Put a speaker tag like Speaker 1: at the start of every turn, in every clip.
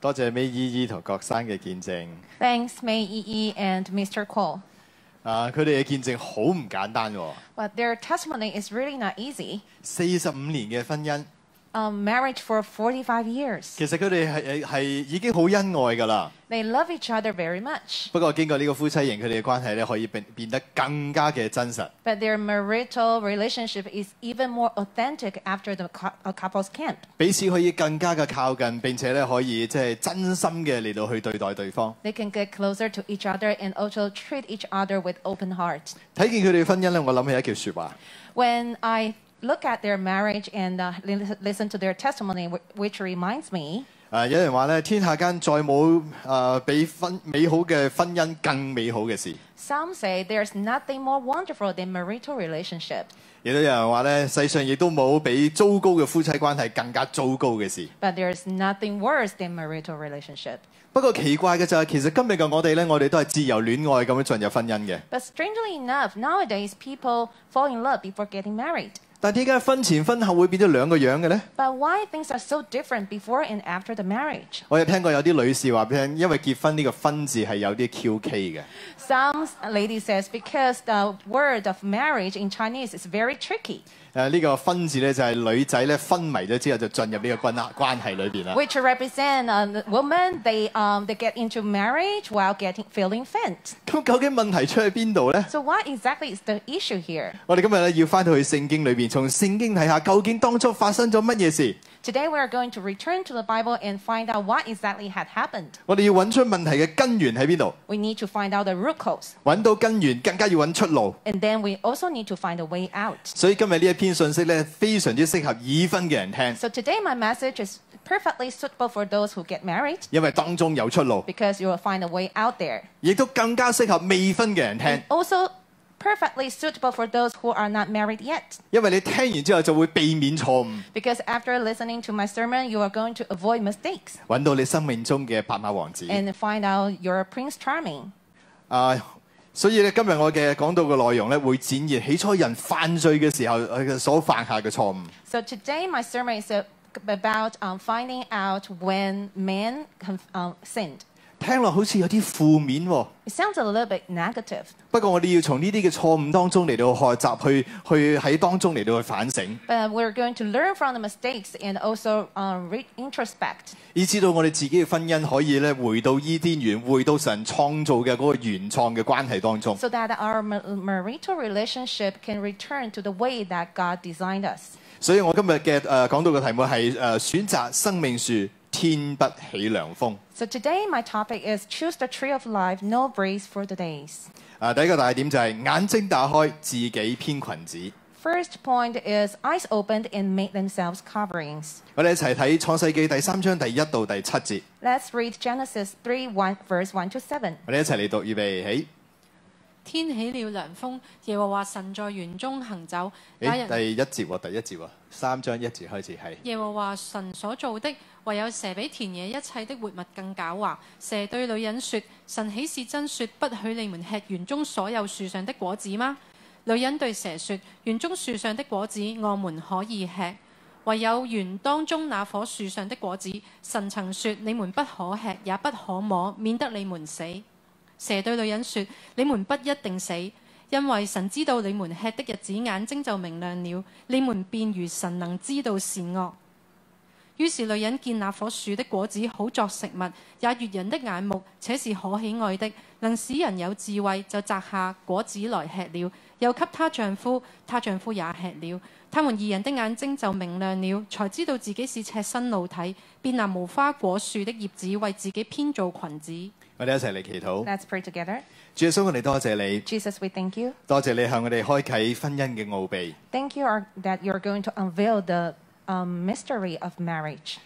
Speaker 1: 多謝 May 姨姨同郭生嘅見證。
Speaker 2: Thanks, Mei Yi Yi and Mr. Cole.
Speaker 1: 啊，佢哋嘅見證好唔簡單喎、
Speaker 2: But their testimony is really not easy.
Speaker 1: 四十五年嘅婚姻，
Speaker 2: Um, marriage for 45 years.
Speaker 1: 其實佢哋係係已經好恩愛㗎啦。
Speaker 2: They love each other very much,
Speaker 1: 不過經過呢個夫妻營，佢哋嘅關係咧可以變變得更加嘅真實。
Speaker 2: but their marital relationship is even more authentic after the cou- a couple's camp.
Speaker 1: 彼此可以更加嘅靠近，並且咧可以即係真心嘅嚟到去對待對方。
Speaker 2: They can get closer to each other and also treat each other with open heart.
Speaker 1: 睇見佢哋嘅婚姻咧，我諗起一句説話，
Speaker 2: When I look at their marriage and uh, li- listen to their testimony, wh- which reminds me,
Speaker 1: 啊、有人話咧，天下間再冇啊比婚美好嘅婚姻更美好嘅事。
Speaker 2: some say there's nothing more wonderful than marital relationship.
Speaker 1: 亦都有人話咧，世上亦都冇比糟糕嘅夫妻關係更加糟糕嘅事。
Speaker 2: But there's nothing worse than marital relationship.
Speaker 1: 不過奇怪嘅就係、其實今日嘅我哋咧，我哋都係自由戀愛咁樣進入婚姻嘅。
Speaker 2: But strangely enough, nowadays people fall in love before getting married.
Speaker 1: 但點解婚前婚後會變咗兩個樣嘅呢？
Speaker 2: But why things are so different before and after the marriage?
Speaker 1: 我有聽過有啲女士話俾你聽，因為結婚呢個婚字係有啲 QK 嘅。
Speaker 2: Some lady says because the word of marriage in Chinese is very tricky,
Speaker 1: 誒呢個婚字咧就係女仔咧昏迷咗之後就進入呢個關關係裏邊啦。
Speaker 2: which represent uh, the women they um, they get into marriage while getting feeling faint.
Speaker 1: 咁究竟問題出喺邊度呢？
Speaker 2: So what exactly is the issue here?
Speaker 1: 我哋今日咧要翻到去聖經裏邊，從聖經睇下究竟當初發生咗乜嘢事。
Speaker 2: Today we are going to return to the Bible and find out what exactly had happened.
Speaker 1: 我哋要揾出問題嘅根源喺邊度，
Speaker 2: We need to find out the root cause,
Speaker 1: 揾到根源更加要揾出路。
Speaker 2: and then we also need to find a way out.
Speaker 1: 所以今日呢一篇信息咧，非常之適合已婚嘅人聽，
Speaker 2: So today my message is perfectly suitable for those who get married
Speaker 1: 因為當中有出路，
Speaker 2: because you will find a way out there.
Speaker 1: 亦都更加適合未婚嘅人
Speaker 2: 嗯
Speaker 1: 聽，
Speaker 2: Also perfectly suitable for those who are not married yet
Speaker 1: 因為你聽完之後就會避免錯誤，
Speaker 2: because after listening to my sermon you are going to avoid mistakes
Speaker 1: 揾到你生命中嘅白馬王子。
Speaker 2: and find out your prince charming.
Speaker 1: 啊，所以咧今日我嘅講到嘅內容咧，會展現起初人犯罪嘅時候佢所犯下嘅錯誤。
Speaker 2: So today my sermon is a- about um, finding out when men conf- um, sinned.
Speaker 1: 聽落好似有啲負面喎、
Speaker 2: It sounds a little bit negative,
Speaker 1: 不過我哋要從呢啲嘅錯誤當中嚟到學習，去去喺當中嚟到去反省，
Speaker 2: but we're going to learn from the mistakes and also um, re- introspect.
Speaker 1: 以至到我哋自己嘅婚姻可以咧回到伊甸園，回到神創造嘅嗰個原創嘅關係當中。
Speaker 2: so that our ma- marital relationship can return to the way that God designed us.
Speaker 1: 所以我今日嘅誒呃講到嘅題目係誒、呃、選擇生命樹，天不起涼風。
Speaker 2: So today, my topic is choose the tree of life, no breeze for the days.
Speaker 1: 啊、第一個大點就係眼睛打開，自己編裙子。
Speaker 2: First point is eyes opened and made themselves coverings.
Speaker 1: 我哋一齊睇創世記第三章第一到第七節，
Speaker 2: Let's read Genesis 3 1, verse 1 to 7.
Speaker 1: 我哋一齊嚟讀預備起。
Speaker 3: 天起了涼風，耶和華神在園中行走，那
Speaker 1: 誒
Speaker 3: 人
Speaker 1: 第一節喎，第一節喎，三章一節開始係。
Speaker 3: 耶和華神所造的，唯有蛇比田野一切的活物更狡猾。蛇對女人說：神豈是真說不許你們吃園中所有樹上的果子嗎？女人對蛇說：園中樹上的果子，我們可以吃。唯有園當中那棵樹上的果子，神曾說：你們不可吃，也不可摸，免得你們死。蛇對女人說：你們不一定死，因為神知道你們吃的日子，眼睛就明亮了，你們便如神能知道善惡。於是女人見那棵樹的果子好作食物，也悅人的眼目，且是可喜愛的，能使人有智慧，就摘下果子來吃了，又給她丈夫，她丈夫也吃了。他們二人的眼睛就明亮了，才知道自己是赤身露體，便拿無花果樹的葉子為自己編造裙子。
Speaker 1: 我哋一齊嚟祈禱。
Speaker 2: Let's pray together.
Speaker 1: 主耶穌，我哋多謝你，
Speaker 2: Jesus, we thank you.
Speaker 1: 多謝你向我哋開啟婚姻嘅奧秘。
Speaker 2: Thank you are, that you're going to unveil the um, mystery of marriage.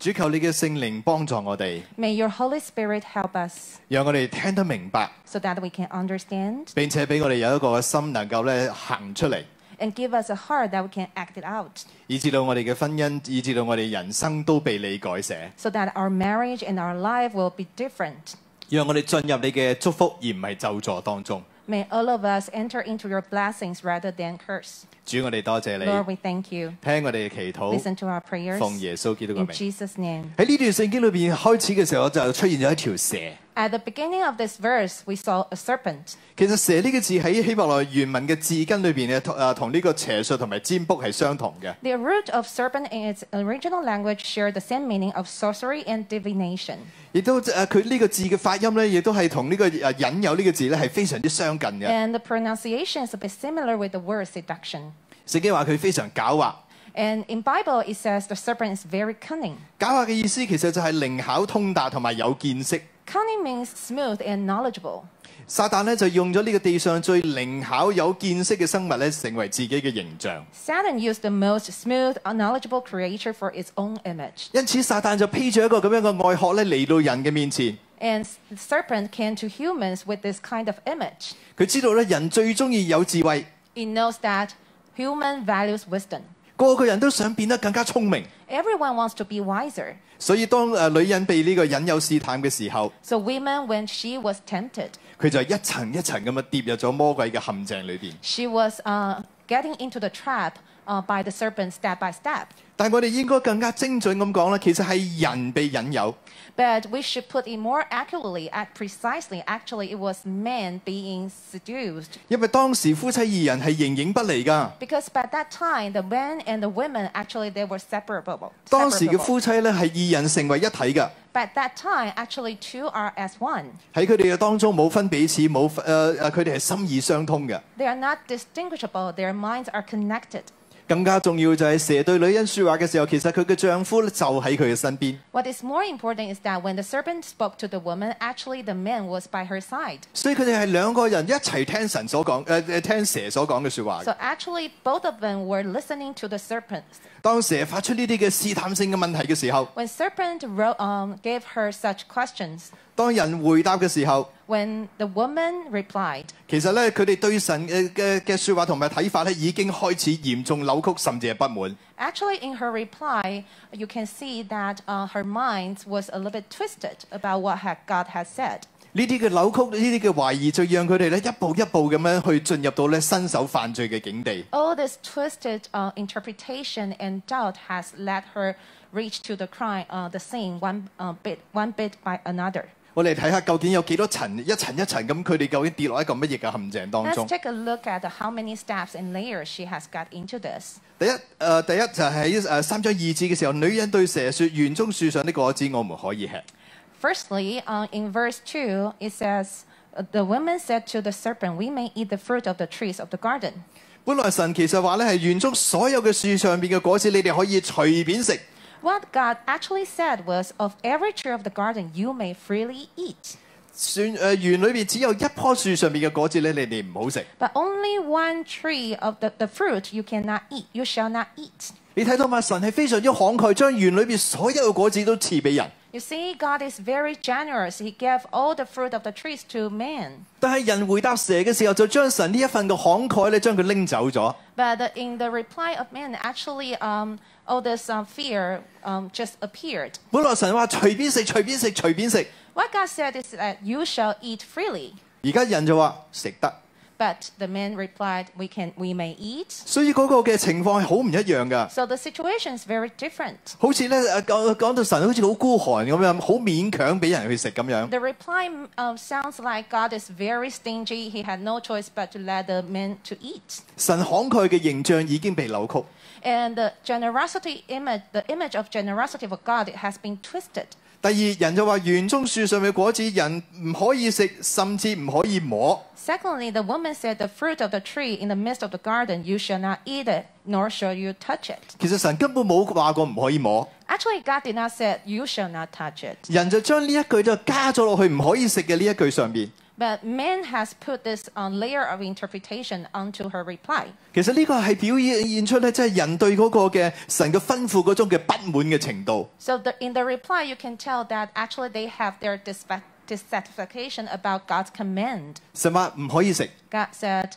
Speaker 1: 主求你嘅聖靈幫助我哋，
Speaker 2: May your Holy Spirit help us
Speaker 1: 讓我哋聽得明白，
Speaker 2: so that we can understand
Speaker 1: 並且俾我哋有一個心能夠咧行出嚟，
Speaker 2: and give us a heart that we can act it out.
Speaker 1: 以至到我哋嘅婚姻，以至到我哋人生都被你改寫。
Speaker 2: so that our marriage and our life will be different.
Speaker 1: 讓我哋進入你嘅祝福而唔係咒詛當中。
Speaker 2: May all of us enter into your blessings rather than curse.
Speaker 1: 主，我哋多謝你，
Speaker 2: Lord, we thank you.
Speaker 1: 聽我哋嘅祈禱，
Speaker 2: Listen to our prayers.
Speaker 1: 奉耶穌基督嘅
Speaker 2: In
Speaker 1: 名。
Speaker 2: Jesus' name.
Speaker 1: 喺呢段聖經裏邊開始嘅時候，就出現咗一條蛇。
Speaker 2: At the beginning of this verse, we saw a serpent.
Speaker 1: 其實蛇呢個字喺希伯來原文嘅字根裏邊咧，同啊同呢個邪術同埋占卜係相同嘅。
Speaker 2: The root of serpent in its original language share the same meaning of sorcery and divination.
Speaker 1: 亦都誒佢呢個字嘅發音咧，亦都係同呢個誒引誘呢個字咧係非常之相近嘅。
Speaker 2: And the pronunciation is a bit similar with the word seduction.
Speaker 1: 聖經話佢非常狡猾，
Speaker 2: And in Bible, it says the serpent is very cunning.
Speaker 1: 狡猾嘅意思其實就係靈巧通達同埋有見識。
Speaker 2: Cunning means smooth and knowledgeable.
Speaker 1: 撒旦咧就用咗呢個地上最靈巧有見識嘅生物咧，成為自己嘅形象。
Speaker 2: Saturn used the most smooth, knowledgeable creature for its own image.
Speaker 1: 因此撒旦就披住一個咁樣嘅外殼咧嚟到人嘅面前。
Speaker 2: And the serpent came to humans with this kind of image.
Speaker 1: 佢知道咧人最中意有智慧，
Speaker 2: It knows that human values wisdom.
Speaker 1: 個個人都想變得更加聰明。
Speaker 2: Everyone wants to be wiser.
Speaker 1: 所以當誒女人被呢個引誘試探嘅時候，
Speaker 2: So women, when she was tempted,
Speaker 1: 佢就一層一層咁樣跌入咗魔鬼嘅陷阱裏邊。
Speaker 2: she was uh, getting into the trap uh, by the serpent step by step.
Speaker 1: 但我哋應該更加精準咁講啦，其實係人被引誘，
Speaker 2: But we should put it more accurately, at precisely. Actually, it was men being seduced
Speaker 1: 因為當時夫妻二人係形影不離㗎。
Speaker 2: because by that time the men and the women actually they were separable.
Speaker 1: 當時嘅
Speaker 2: separable.
Speaker 1: 夫妻咧係二人成為一體㗎，
Speaker 2: But that time actually two are as one.
Speaker 1: 喺佢哋嘅當中冇分彼此，冇誒誒，佢哋係心意相通嘅。
Speaker 2: They are not distinguishable. Their minds are connected.
Speaker 1: 更加重要就係蛇對女人説話嘅時候，其實佢嘅丈夫咧就喺佢嘅身邊。
Speaker 2: What is more important is that when the serpent spoke to the woman, actually the man was by her side.
Speaker 1: 所以佢哋係兩個人一齊聽神所講，誒、呃、誒聽蛇所講嘅説話嘅。
Speaker 2: So actually, both of them were listening to the serpent.
Speaker 1: 當蛇發出呢啲嘅試探性嘅問題嘅時候，
Speaker 2: When serpent wrote, um, gave her such questions,
Speaker 1: 當人回答嘅時候，
Speaker 2: when the woman replied,
Speaker 1: 其實咧佢哋對神嘅嘅嘅説話同埋睇法咧已經開始嚴重扭曲，甚至係不滿。
Speaker 2: actually in her reply, you can see that uh, her mind was a little bit twisted about what had God had said.
Speaker 1: 呢啲嘅扭曲，呢啲嘅懷疑，就讓佢哋咧一步一步咁樣去進入到咧伸手犯罪嘅境地。
Speaker 2: All this twisted uh, interpretation and doubt has led her reach to the crime, uh, the scene one uh, bit, one bit by another.
Speaker 1: 我哋睇下究竟有幾多層，一層一層咁，佢哋究竟跌落一個乜嘢嘅陷阱當
Speaker 2: Let's
Speaker 1: 中？
Speaker 2: take a look at how many steps and layers she has got into this.
Speaker 1: 第一，誒、第一就喺誒三章二節嘅時候，女人對蛇説：園中樹上的果子我們可以吃。
Speaker 2: Firstly, uh, in verse 2, it says, The woman said to the serpent, We may eat the fruit of the trees of the garden.
Speaker 1: 本來神其實話咧係園中所有嘅樹上邊嘅果子，你哋可以隨便食。
Speaker 2: What God actually said was, Of every tree of the garden you may freely eat,
Speaker 1: 樹誒、園裏邊只有一棵樹上邊嘅果子咧，你哋唔好食。
Speaker 2: but only one tree of the, the fruit you cannot eat, you shall not eat.
Speaker 1: 你睇到嘛？神係非常之慷慨，將園裏邊所有嘅果子都賜俾人。
Speaker 2: You see, God is very generous. He gave all the fruit of the trees to man.
Speaker 1: 但係人回答蛇嘅時候，就將神呢一份嘅慷慨咧，將佢拎走咗。
Speaker 2: But uh, in the reply of man, actually, um, all this um, fear um, just appeared.
Speaker 1: 本來神話隨便食，隨便食，隨便食。
Speaker 2: What God said is that you shall eat freely.
Speaker 1: 而家人就話食得，
Speaker 2: But the man replied, "We can, we may eat."
Speaker 1: 所以嗰個嘅情況係好唔一樣噶。
Speaker 2: So the situation is very different.
Speaker 1: 好似咧誒講講到神好似好孤寒咁樣，好勉強俾人去食咁樣。
Speaker 2: The reply um, sounds like God is very stingy. He had no choice but to let the man to eat.
Speaker 1: 神慷慨嘅形象已經被扭曲。
Speaker 2: And the generosity image, the image of generosity of God, has been twisted.
Speaker 1: 第二，人就話園中樹上嘅果子人唔可以食，甚至唔可以摸。
Speaker 2: Secondly, the woman said, "The fruit of the tree in the midst of the garden, you shall not eat it, nor shall you touch it."
Speaker 1: 其實神根本冇話過唔可以摸，
Speaker 2: Actually, God did not say, "You shall not touch it,"
Speaker 1: 人就將呢一句就加咗落去唔可以食嘅呢一句上邊。
Speaker 2: but man has put this uh, layer of interpretation onto her reply.
Speaker 1: 其實呢個係表現出咧，即係人對嗰個嘅神嘅吩咐嗰種嘅不滿嘅程度。
Speaker 2: So the, in the reply, you can tell that actually they have their dispa- dissatisfaction about God's command.
Speaker 1: 神話唔可以食，
Speaker 2: God said,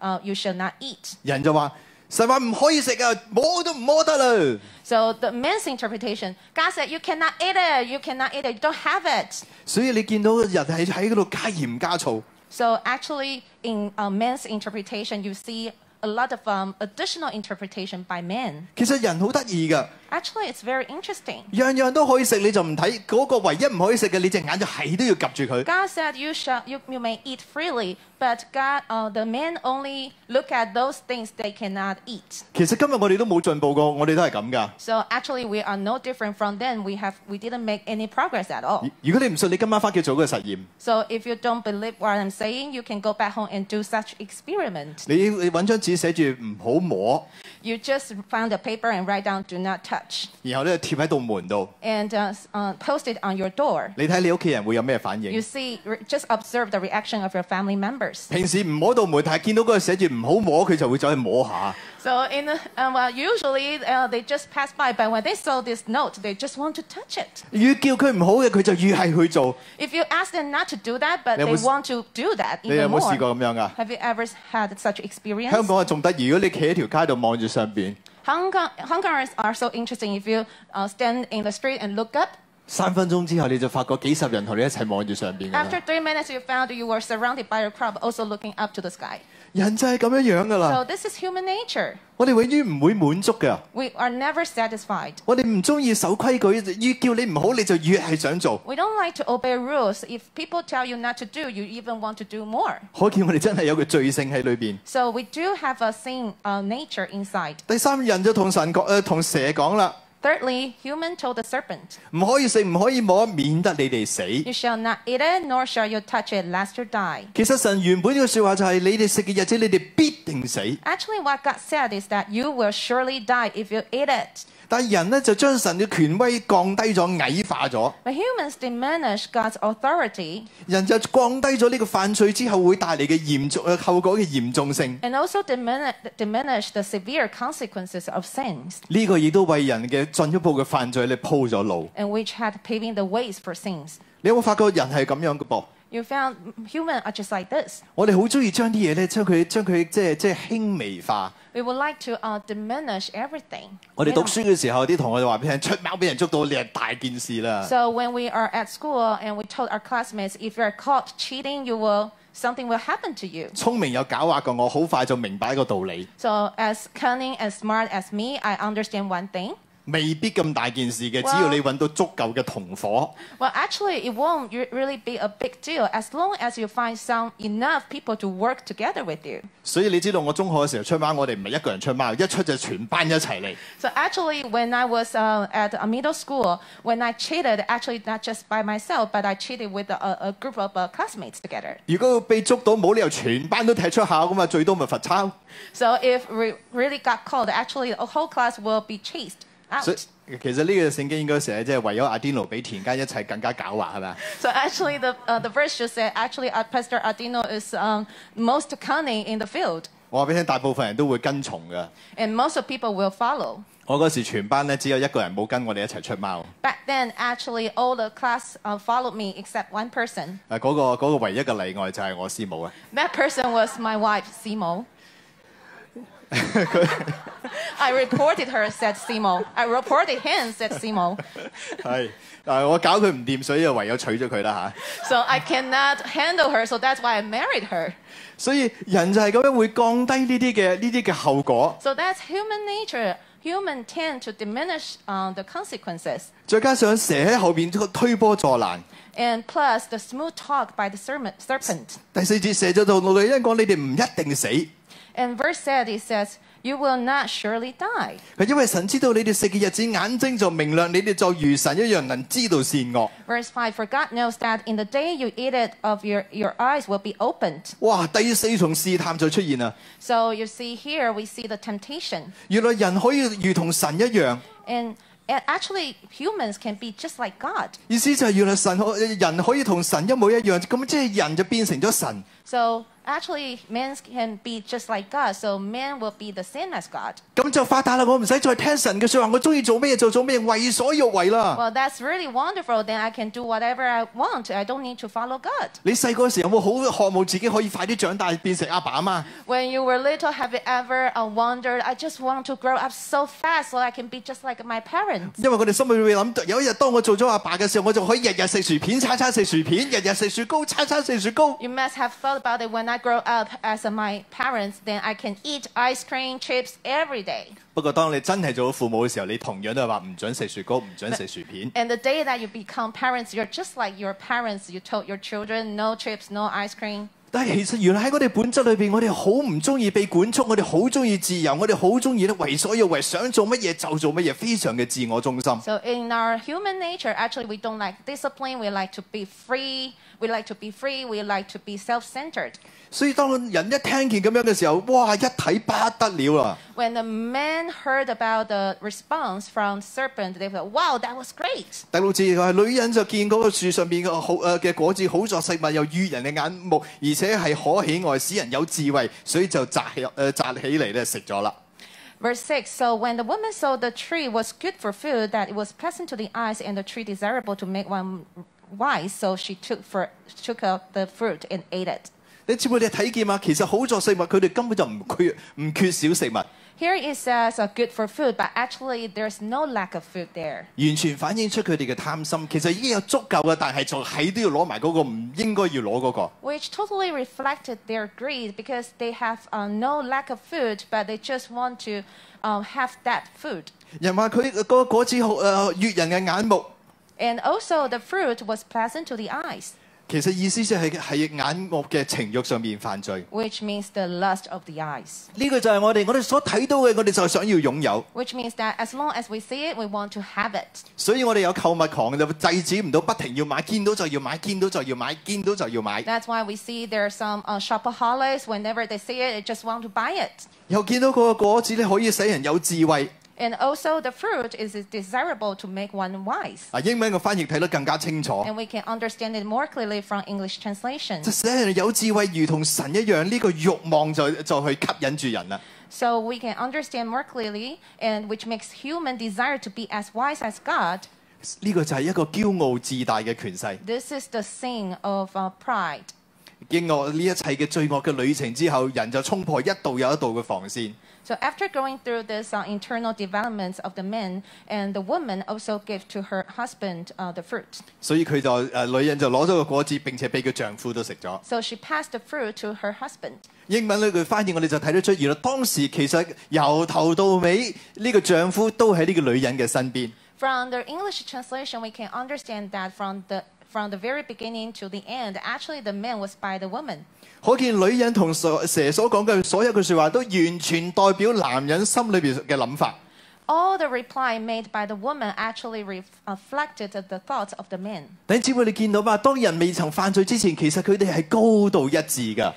Speaker 2: uh, "You shall not eat."
Speaker 1: 人就話神話唔可以食啊，摸都唔摸得啦。
Speaker 2: So the man's interpretation, God said, "You cannot eat it. You cannot eat it. You don't have it."
Speaker 1: 所以你見到人係喺嗰度加鹽加醋，
Speaker 2: So actually, in uh, men's interpretation, you see a lot of um, additional interpretation by men.
Speaker 1: 其實人好得意㗎，
Speaker 2: Actually, it's very interesting.
Speaker 1: 樣樣都可以食，你就唔睇嗰個唯一唔可以食嘅，你隻眼就係都要及住佢。
Speaker 2: God said you shall you, you may eat freely, but God uh, the men only look at those things they cannot eat.
Speaker 1: 其實今日我哋都冇進步過，我哋都係咁㗎。
Speaker 2: So actually we are no different from them. We have we didn't make any progress at all.
Speaker 1: 如如果你唔信，你今晚翻屋企做一個實驗，
Speaker 2: So if you don't believe what I'm saying, you can go back home and do such experiment.
Speaker 1: 你你揾張紙寫住唔好摸，
Speaker 2: You just find a paper and write down do not touch
Speaker 1: 然後咧貼喺度門度，
Speaker 2: and uh, s- uh, post it on your door.
Speaker 1: 你睇你屋企人會有咩反應
Speaker 2: You？see re- just observe the reaction of your family members.
Speaker 1: 平時唔摸到門，但係見到嗰個寫住唔好摸，佢就會走去摸下。
Speaker 2: So in uh, well usually uh, they just pass by but when they saw this note, they just want to touch it.
Speaker 1: 越叫佢唔好嘅，佢就越係去做。
Speaker 2: If you ask them not to do that, but
Speaker 1: 你有冇
Speaker 2: they
Speaker 1: 試-
Speaker 2: want to do that
Speaker 1: 你有
Speaker 2: even
Speaker 1: 冇試
Speaker 2: more.
Speaker 1: 過咁樣㗎？
Speaker 2: Have you ever had such experience?
Speaker 1: 香港啊，仲得意。如果你企喺條街度望住上邊，
Speaker 2: Hong Kong, Hong Kongers are so interesting. If you uh, stand in the street and look up,
Speaker 1: 三分鐘之後你就發覺幾十人同你一齊望住上邊㗎啦
Speaker 2: after three minutes you found you were surrounded by a crowd also looking up to the sky.
Speaker 1: 人就係咁樣樣㗎啦
Speaker 2: So。this is human nature.
Speaker 1: 我哋永遠唔會滿足㗎。
Speaker 2: We are never satisfied.
Speaker 1: 我哋唔中意守規矩，越叫你唔好，你就越係想做。
Speaker 2: We don't like to obey rules. If people tell you not to do, you even want to do more.
Speaker 1: 可見我哋真係有個罪性喺裏邊。
Speaker 2: So we do have a sin uh, nature inside.
Speaker 1: 第三，人就同神講，誒、呃同蛇講啦，
Speaker 2: Thirdly, human told the serpent,
Speaker 1: 唔可以食，唔可以摸，免得你哋死。
Speaker 2: You shall not eat it, nor shall you touch it, lest you die.
Speaker 1: 其實神原本嘅説話就係、你哋食嘅日子，你哋必定死。
Speaker 2: Actually, what God said is that you will surely die if you eat it.
Speaker 1: 但人呢，就將神嘅權威降低咗、矮化咗。
Speaker 2: But humans diminish God's authority
Speaker 1: 人就降低咗呢個犯罪之後會帶嚟嘅嚴重嘅後果嘅嚴重性。
Speaker 2: and also diminish, diminish the severe consequences of sins,
Speaker 1: 呢、個亦都為人嘅進一步嘅犯罪咧鋪咗路。
Speaker 2: and which had paving the ways for sins.
Speaker 1: 你有冇發覺人係咁樣嘅噃？
Speaker 2: You found humans are just like this.
Speaker 1: 我哋好中意將啲嘢咧，將佢將佢即係即係輕微化。
Speaker 2: We would like to uh, diminish everything.
Speaker 1: 我哋讀書嘅時候，啲同學就話俾你聽，出貓俾人捉到，你係大件事啦。
Speaker 2: So when we are at school and we told our classmates, if you are caught cheating, you will something will happen to you.
Speaker 1: 聰明又狡猾過我，好快就明白一個道理，
Speaker 2: So as cunning and smart as me, I understand one thing.
Speaker 1: 未必咁大件事嘅，只要你揾到足夠嘅同伙。
Speaker 2: Well, actually, it won't re- really be a big deal as long as you find some enough people to work together with you.
Speaker 1: 所以你知道我中學嘅時候出貓，我哋唔係一個人出貓，一出就全班一齊嚟。
Speaker 2: So actually, when I was uh, at a middle school, when I cheated, actually not just by myself, but I cheated with a, a group of uh, classmates together.
Speaker 1: 如果被捉到，冇理由全班都踢出校噶嘛，最多咪罰抄。
Speaker 2: So if we really got caught, actually the whole class will be chased
Speaker 1: 所
Speaker 2: out.
Speaker 1: 以其實呢個聖經應該寫即係唯有阿甸奴比田間一切更加狡猾係咪啊？
Speaker 2: So actually, the uh, the verse just said actually, uh, Pastor Adino is um, most cunning in the field,
Speaker 1: 我話俾你聽，大部分人都會跟從噶。
Speaker 2: and most of people will follow.
Speaker 1: 我嗰時全班咧只有一個人冇跟我哋一齊出貓，誒、
Speaker 2: Back then, actually, all the class uh, followed me except one person.
Speaker 1: 啊嗰、個嗰、個唯一嘅例外就係我師母啊。
Speaker 2: That person was my wife, Simo. I reported her, said Simo. I reported him, said Simo.
Speaker 1: 係，但啊係我搞佢唔掂，所以就唯有娶咗佢啦嚇。
Speaker 2: So I cannot handle her, so that's why I married her.
Speaker 1: 所以人就係咁樣會降低呢啲嘅呢啲嘅後果，
Speaker 2: So that's human nature. Human tend to diminish uh, the consequences.
Speaker 1: 再加上蛇喺後邊推波助瀾。
Speaker 2: And plus the smooth talk by the serm- serpent.
Speaker 1: 第四節蛇就同女人講：你哋唔一定死，佢
Speaker 2: And verse said, it says, You will not surely die.
Speaker 1: 因為神知道你哋食嘅日子，眼睛就明亮，你哋就如神一樣能知道善惡。
Speaker 2: Verse 5 For God knows that in the day you eat it, of your, your eyes will be opened.
Speaker 1: 哇！第四重試探就出現啦。
Speaker 2: So you see here, we see the temptation.
Speaker 1: 原來人可以如同神一樣，
Speaker 2: And, and actually, humans can be just like God.
Speaker 1: 意思就係原來神可人可以同神一模一樣，咁即係人就變成咗神。
Speaker 2: So Actually, men can be just like God, so men will be the same as God.
Speaker 1: 咁就發達啦！我唔使再聽神嘅说話，我中意做咩就做咩，為所欲為啦！
Speaker 2: Well, that's really wonderful. Then I can do whatever I want. I don't need to follow God.
Speaker 1: 你細個嘅時候有冇好渴望自己可以快啲長大變成阿爸阿媽？
Speaker 2: When you were little, have you ever uh, wondered, I just want to grow up so fast so I can be just like my parents?
Speaker 1: 因為我哋心裏面諗，有一日當我做咗阿爸嘅時候，我就可以日日食薯片，餐餐食薯片，日日食雪糕，餐餐食雪糕。
Speaker 2: You must have thought about it when I grow up as uh, my parents, then I can eat ice cream, chips every day.
Speaker 1: 不過當你真係做咗父母嘅時候，你同樣都係話唔准食雪糕，唔准食薯 片。
Speaker 2: And the day that you become parents, you're just like your parents. You told your children, no chips, no ice cream.
Speaker 1: 但係其實原來喺我哋本質裏邊，我哋好唔中意被管束，我哋好中意自由，我哋好中意咧為所欲為，想做乜嘢就做乜嘢，非常嘅自我中心。
Speaker 2: So in our human nature, actually, we don't like discipline. We like to be free. We like to be free. We like to be self-centered.
Speaker 1: 所以當人一聽見咁樣嘅時候，哇！一睇不得了啊啦！
Speaker 2: When the man heard about the response from serpent, they thought, "Wow, that was great."
Speaker 1: 第六節佢話：女人就見嗰個樹上邊嘅好誒嘅果子好作食物，又悅人嘅眼目，而且係可喜愛，使人有智慧，所以就摘誒、呃、摘起嚟咧食咗啦。
Speaker 2: Verse 6 So when the woman saw the tree was good for food, that it was pleasant to the eyes, and the tree desirable to make one wise, so she took, for, took out the fruit and ate it.
Speaker 1: 你知唔知你睇見啊？其實好作食物，佢哋根本就唔缺唔缺少食物，完
Speaker 2: Here it says uh, good for food, but actually there's no lack of food there.
Speaker 1: 全反映出佢哋嘅貪心。其實已經有足夠嘅，但係就係都要攞埋嗰個唔應該要攞嗰、個。
Speaker 2: Which totally reflected their greed because they have uh, no lack of food, but they just want to um, have that food.
Speaker 1: 人話佢嗰個果子好誒、呃、悅人嘅眼目，
Speaker 2: And also, the fruit was pleasant to the eyes,
Speaker 1: 其實意思就係喺眼目嘅情慾上面犯罪。
Speaker 2: which means the lust of the eyes.
Speaker 1: 呢個就係我哋我哋所睇到嘅，我哋就想要擁有，
Speaker 2: Which means that as long as we see it, we want to have it.
Speaker 1: 所以我哋有購物狂就制止唔到，不停要買，見到就要買，見到就要買，見到就要買。
Speaker 2: That's why we see there are some uh, shopaholics. Whenever they see it, they just want to buy it.
Speaker 1: 又見到個果子咧可以使人有智慧，
Speaker 2: And also, the fruit is desirable to make one wise.
Speaker 1: 啊英文嘅翻譯睇得更加清楚，
Speaker 2: And we can understand it more clearly from English translation.
Speaker 1: 就使人有智慧，如同神一樣。呢、個慾望就就去吸引住人啦。
Speaker 2: So we can understand more clearly, and which makes human desire to be as wise as God.
Speaker 1: 呢、個就係一個驕傲自大嘅權勢。
Speaker 2: This is the sin of uh, pride.
Speaker 1: 經過呢一切嘅罪惡嘅旅程之後，人就衝破一道又一道嘅防線。
Speaker 2: So after going through this uh, internal developments of the man and the woman also gave to her husband uh, the fruit.
Speaker 1: 所以佢就誒、呃女人就攞咗個果子，並且俾佢丈夫都食咗。
Speaker 2: So she passed the fruit to her husband.
Speaker 1: 英文呢句翻譯我哋就睇得出，原來當時其實由頭到尾呢、個丈夫都喺呢個女人嘅身邊。
Speaker 2: From the English translation, we can understand that from the from the very beginning to the end, actually the man was by the woman.
Speaker 1: 可見女人同蛇蛇所講嘅所有嘅説話都完全代表男人心裏邊嘅諗法。
Speaker 2: All the reply made by the woman actually ref- reflected the thoughts of the man.
Speaker 1: 弟兄姊妹，你見到嘛？當人未曾犯罪之前，其實佢哋係高度一致㗎。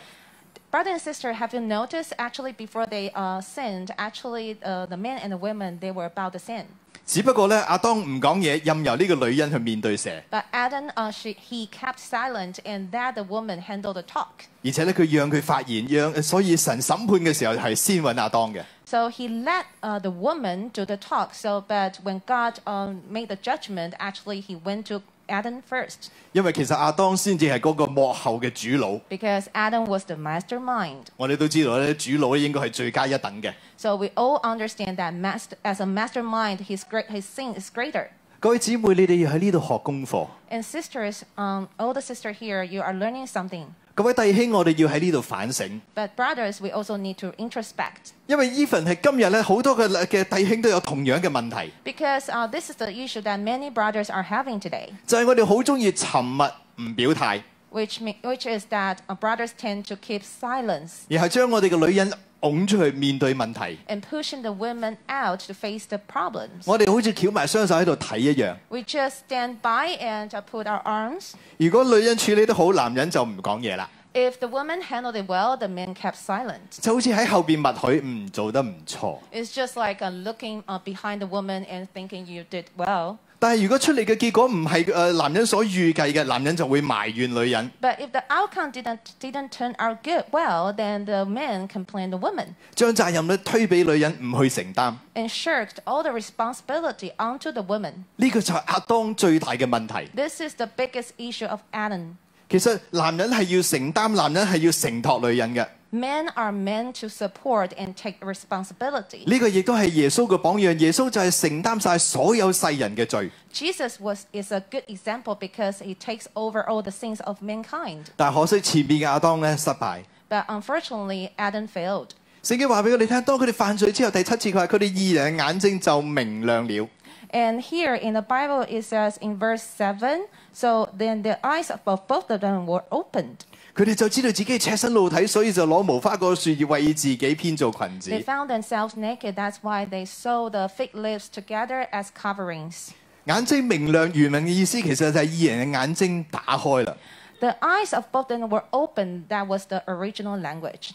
Speaker 2: Brother and sister, have you noticed actually before they uh, sinned, actually uh, the men and the women they were about the same.
Speaker 1: 只不過呢，阿當唔講嘢，任由呢個女人去面對蛇，
Speaker 2: But Adam, uh, she, he kept silent, and that the woman handled the talk.
Speaker 1: 而且呢，佢讓佢發言，讓所以神審判嘅時候係先揾阿當嘅。
Speaker 2: So he let uh, the woman do the talk. So, but when God um, made the judgment, actually he went to Adam first
Speaker 1: 因為其實阿當先至係嗰個幕後嘅主腦。
Speaker 2: because Adam was the mastermind.
Speaker 1: 我哋都知道咧，主腦咧應該係最佳一等嘅。
Speaker 2: So we all understand that master, as a mastermind, his great, his sin is greater.
Speaker 1: 各位姊妹，你哋要喺呢度學功課。
Speaker 2: And sisters, um, older sister here, you are learning something.
Speaker 1: 各位弟兄，我哋要喺呢度反省，
Speaker 2: But brothers, we also need to introspect
Speaker 1: 因為 even 係今日咧，好多嘅嘅弟兄都有同樣嘅問題，
Speaker 2: because uh, this is the issue that many brothers are having today.
Speaker 1: 就係、我哋好中意沉默唔表態，
Speaker 2: which, me- which is that uh, brothers tend to keep silence
Speaker 1: 然後將我哋嘅女人拱出去面對問題。
Speaker 2: and pushing the women out to face the problems.
Speaker 1: 我哋好似翹埋雙手喺度睇一樣。
Speaker 2: We just stand by and uh, put our arms.
Speaker 1: 如果女人處理得好，男人就唔講嘢啦，
Speaker 2: If the woman handled it well, the men kept silent.
Speaker 1: 就好似喺後邊默許，嗯，做得唔錯。
Speaker 2: It's just like uh, looking uh, behind the woman and thinking you did well.
Speaker 1: 但係如果出嚟嘅結果唔係誒男人所預計嘅，男人就會埋怨女人。
Speaker 2: But if the outcome didn't, didn't turn out good, well, then the man complained the woman
Speaker 1: 將責任咧推俾女人唔去承擔，呢、
Speaker 2: and shirked all the responsibility onto the woman.
Speaker 1: 個就係亞當最大嘅問題。
Speaker 2: This is the biggest issue of Adam.
Speaker 1: 其實男人係要承擔，男人係要承托女人嘅。
Speaker 2: Men are meant to support and take responsibility.
Speaker 1: 呢、個亦都係耶穌嘅榜樣。耶穌就係承擔晒所有世人嘅罪，
Speaker 2: Jesus was, is a good example because he takes over all the sins of mankind.
Speaker 1: 但可惜前面嘅亞當咧失敗。
Speaker 2: But unfortunately, Adam failed.
Speaker 1: 聖經話俾我哋聽，當佢哋犯罪之後，第七次佢話佢哋義人嘅眼睛就明亮了。
Speaker 2: And here in the Bible, it says in verse 7 So then the eyes of both of them were opened.
Speaker 1: 佢哋就知道自己赤身露體，所以就攞無花果樹葉為自己編造裙
Speaker 2: They
Speaker 1: 子。
Speaker 2: found themselves naked. That's why they sewed the fig leaves together as coverings.
Speaker 1: 眼睛明亮，原文嘅意思其實就係義人嘅眼睛打開啦。
Speaker 2: The eyes of both of them were opened. That was the original language.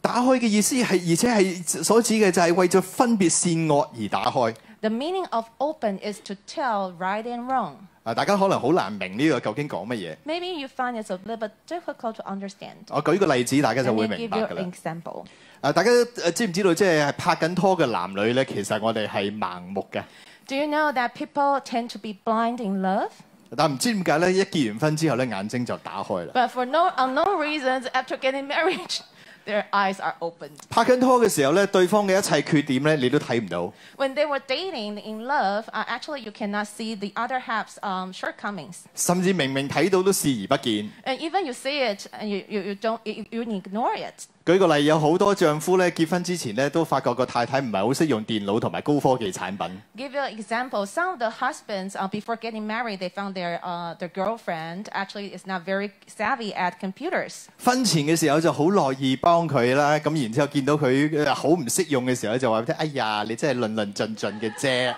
Speaker 1: 打開嘅意思係，而且係所指嘅就係為咗分別善惡而打開。
Speaker 2: The meaning of open is to tell right and wrong.
Speaker 1: 啊，大家可能好難明呢個究竟講乜嘢。
Speaker 2: Maybe you find it's a little bit difficult to understand.
Speaker 1: 我舉個例子，大家就
Speaker 2: Let
Speaker 1: 會
Speaker 2: me
Speaker 1: 明
Speaker 2: give
Speaker 1: 白
Speaker 2: you
Speaker 1: 㗎
Speaker 2: an
Speaker 1: 啦。
Speaker 2: example.
Speaker 1: 啊，大家誒知唔知道即係拍緊拖嘅男女咧，其實我哋係盲目嘅。
Speaker 2: Do you know that people tend to be blind in love?
Speaker 1: 但唔知點解咧，一結完婚之後咧，眼睛就打開啦。
Speaker 2: But for no unknown reasons, after getting married, their eyes are opened.
Speaker 1: 拍緊拖嘅時候咧，對方嘅一切缺點咧，你都睇唔到。
Speaker 2: When they were dating in love, uh, actually you cannot see the other half's um, shortcomings.
Speaker 1: 甚至明明睇到都視而不見。
Speaker 2: And even you see it, and you, you, you don't you, you ignore it.
Speaker 1: 舉個例，有好多丈夫咧結婚之前咧都發覺個太太唔係好識用電腦同埋高科技產品，
Speaker 2: Give you an example. Some of the husbands, uh, before getting married, they found their uh, their girlfriend actually is not very savvy at computers.
Speaker 1: 婚前嘅時候就好樂意幫佢啦，咁然之後見到佢呃好唔識用嘅時候咧，就話俾佢聽：哎呀，你真係論論盡盡嘅啫。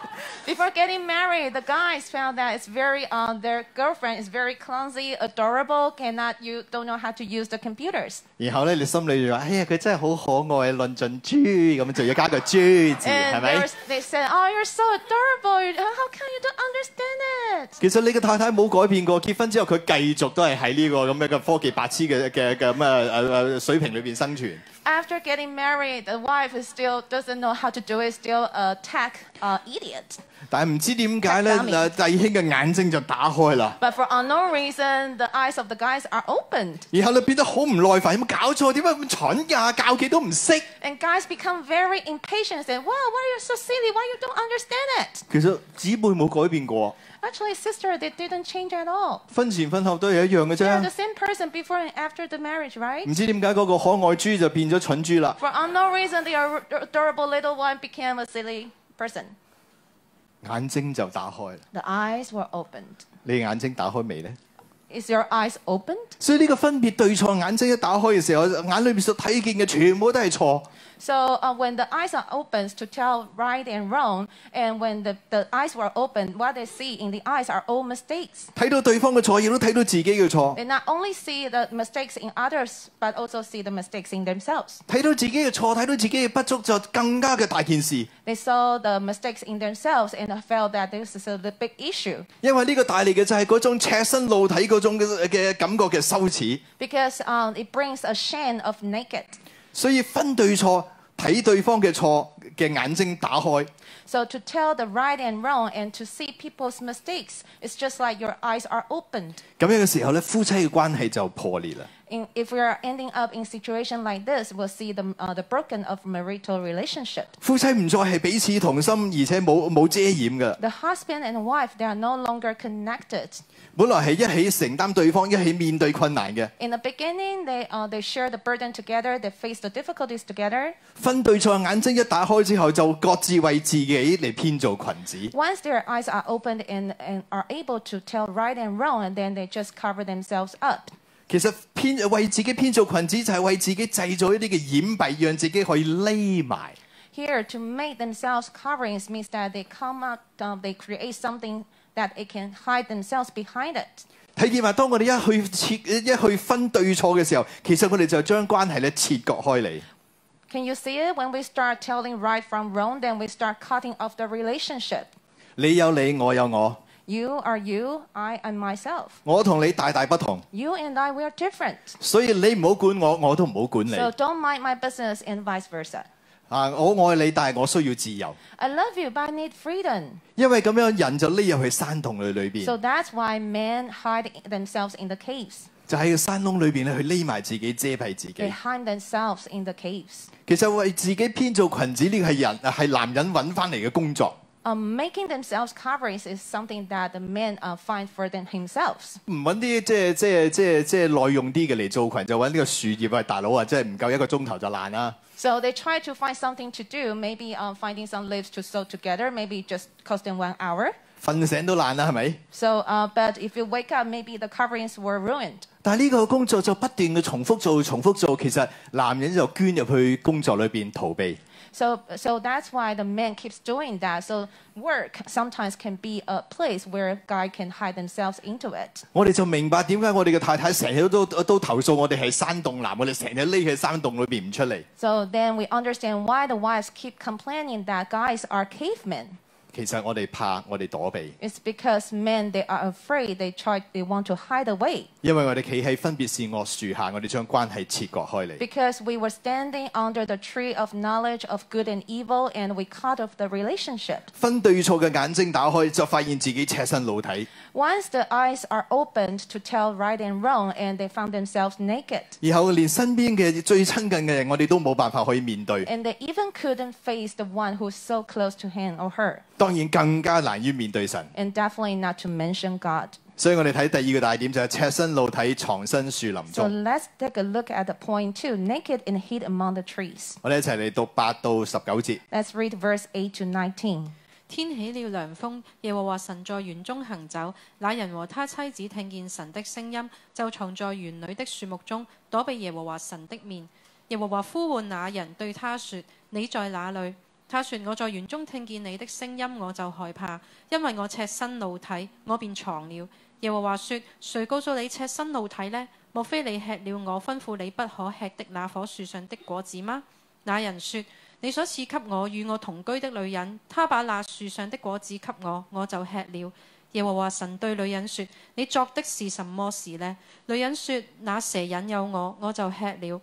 Speaker 2: Before getting married, the guys found that it's very uh, their girlfriend is very clumsy, adorable, cannot you don't know how to use the computers.
Speaker 1: 然後咧，你心裏就話：哎呀，佢真係好可愛，論盡豬咁，就要加個豬字，係
Speaker 2: And they,
Speaker 1: 咪
Speaker 2: were,？they said, "Oh, you're so adorable! You- uh, How come you don't understand it?"
Speaker 1: 其實你嘅太太冇改變過，結婚之後佢繼續都係喺呢個咁樣嘅科技白痴嘅嘅嘅咁啊誒誒水平裏邊生存。
Speaker 2: After getting married, the wife is still doesn't know how to do it. Still a tech uh, idiot.
Speaker 1: 但係唔知點解咧，誒
Speaker 2: Tsunami
Speaker 1: 弟兄嘅眼睛就打開啦，
Speaker 2: But for unknown reason, the eyes of the guys are opened,
Speaker 1: 然後你變得好唔耐煩，有冇搞錯？點解咁蠢㗎？教幾都唔識。
Speaker 2: and guys become very impatient. And wow, why are you so silly? Why you don't understand it?
Speaker 1: 其實姊妹冇改變過，
Speaker 2: Actually, sister, they didn't change at all.
Speaker 1: 婚前婚後都係一樣嘅
Speaker 2: They are the
Speaker 1: 啫。
Speaker 2: same person before and after the marriage, right?
Speaker 1: 唔知點解嗰個可愛豬就變咗蠢豬啦。
Speaker 2: For unknown reason, the ar- adorable little one became a silly person.
Speaker 1: 眼睛就打開，
Speaker 2: The eyes were opened.
Speaker 1: 你眼睛打開未呢？
Speaker 2: Is your eyes opened?
Speaker 1: 所以呢個分別對錯眼睛一打開嘅時候，眼裏邊所睇見嘅全部都係錯。
Speaker 2: So uh, when the eyes are opened to tell right and wrong, and when the, the eyes were opened, what they see in the eyes are all mistakes.
Speaker 1: 睇到對方嘅錯，亦都睇到自己嘅錯。
Speaker 2: They not only see the mistakes in others, but also see the mistakes in themselves.
Speaker 1: 睇到自己嘅錯，睇到自己嘅不足，就更加嘅大件事。
Speaker 2: They saw the mistakes in themselves and felt that this is a the big issue
Speaker 1: 因為呢個帶嚟嘅就係嗰種赤身露體嗰種嘅嘅感覺嘅羞恥，
Speaker 2: because um, it brings a shame of naked.
Speaker 1: 所以分對錯，睇對方嘅錯嘅眼睛打開，
Speaker 2: So to tell the right and wrong and to see people's mistakes, it's just like your eyes are opened.
Speaker 1: 咁樣嘅時候咧，夫妻嘅關係就破裂啦。
Speaker 2: In, if we are ending up in situation like this, we'll see the, uh, the broken of marital relationship.
Speaker 1: 夫妻唔再係彼此同心，而且冇冇遮掩嘅。
Speaker 2: The husband and wife, they are no longer connected.
Speaker 1: 本來係一起承擔對方，一起面對困難嘅。
Speaker 2: In the beginning, they, uh, they share the burden together, they face the difficulties together.
Speaker 1: 分對錯眼睛一打開之後，就各自為自己嚟編造裙子。
Speaker 2: Once their eyes are opened and, and are able to tell right and wrong, and then they just cover themselves up.
Speaker 1: 其實編為自己編造裙子就係為自己製造一啲嘅掩蔽，讓自己可以匿埋。
Speaker 2: Here, to make themselves coverings means that they come out, uh, they create something that they can hide themselves behind it.
Speaker 1: 睇見話，當我哋一去切一去分對錯嘅時候，其實我哋就將關係咧切割開嚟。
Speaker 2: Can you see it? When we start telling right from wrong, then we start cutting off the relationship.
Speaker 1: 你你有你，我有我，
Speaker 2: You are you, I am myself.
Speaker 1: 我同你大大不同，
Speaker 2: You and I, we are different.
Speaker 1: 所以你唔好管我，我都唔好管你。
Speaker 2: So don't mind my business and vice versa.
Speaker 1: 啊，我愛你，但係我需要自由，
Speaker 2: I love you, but I need freedom.
Speaker 1: 因為咁樣人就匿入去山洞裏裏邊，
Speaker 2: So that's why men hide themselves in the caves.
Speaker 1: 就喺個山窿裏邊咧去匿埋自己，遮蔽自己
Speaker 2: They。hide themselves in the caves.
Speaker 1: 其實為自己編造裙子呢個係人係男人揾翻嚟嘅工作，
Speaker 2: Um, making themselves coverings is something that the men uh, find for them themselves.
Speaker 1: 唔揾啲即係即係即係即係耐用啲嘅嚟做裙，就揾呢個樹葉啊，大佬啊，即係唔夠一個鐘頭就爛啦。
Speaker 2: So they try to find something to do, maybe um, finding some leaves to sew together, maybe it just cost them one hour.
Speaker 1: 瞓醒都爛啦，係咪？
Speaker 2: So, uh, but if you wake up, maybe the coverings were ruined.
Speaker 1: 但係呢個工作就不斷嘅重複做、重複做，其實男人就捐入去工作裏邊逃避。
Speaker 2: So, so that's why the man keeps doing that. So work sometimes can be a place where guy can hide themselves into it.
Speaker 1: 我哋就明白點解我哋嘅太太成日都都都投訴我哋係山洞男，我哋成日匿喺山洞裏邊唔出嚟。
Speaker 2: So then we understand why the wives keep complaining that guys are cavemen.
Speaker 1: 其實我哋怕，我哋躲避，
Speaker 2: It's because men they are afraid. They try. They want to hide away
Speaker 1: 因為我哋企喺分別善惡樹下，我哋將關係切割開嚟。
Speaker 2: because we were standing under the tree of knowledge of good and evil, and we cut off the relationship.
Speaker 1: 分對錯嘅眼睛打開，就發現自己赤身裸體。
Speaker 2: Once the eyes are opened to tell right and wrong, and they found themselves naked.
Speaker 1: 然後連身邊嘅最親近嘅人，我哋都冇辦法可以面對。
Speaker 2: and they even couldn't face the one who's so close to him or her,
Speaker 1: 當然更加難於面對神。
Speaker 2: and definitely not to mention God.
Speaker 1: 所以我哋睇第二個大點就係赤身露體，藏身樹林
Speaker 2: So
Speaker 1: 中。
Speaker 2: let's take a look at the point two naked and hid among the trees.
Speaker 1: 我哋一齊嚟讀八到十九節。
Speaker 2: Let's read verse 8 to 19.
Speaker 3: 天起了涼風，耶和華神在園中行走。那人和他妻子聽見神的聲音，就藏在園裏的樹木中，躲避耶和華神的面。耶和華呼喚那人，對他說：你在哪裏？他說：我在園中聽見你的聲音，我就害怕，因為我赤身露體，我便藏了。耶和華說：誰告訴你赤身露體呢？莫非你吃了我吩咐你不可吃的那棵樹上的果子嗎？那人說：你所賜給我與我同居的女人，她把那樹上的果子給我，我就吃了。耶和華神對女人說：你作的是什麼事呢？女人說：那蛇引誘我，我就吃了。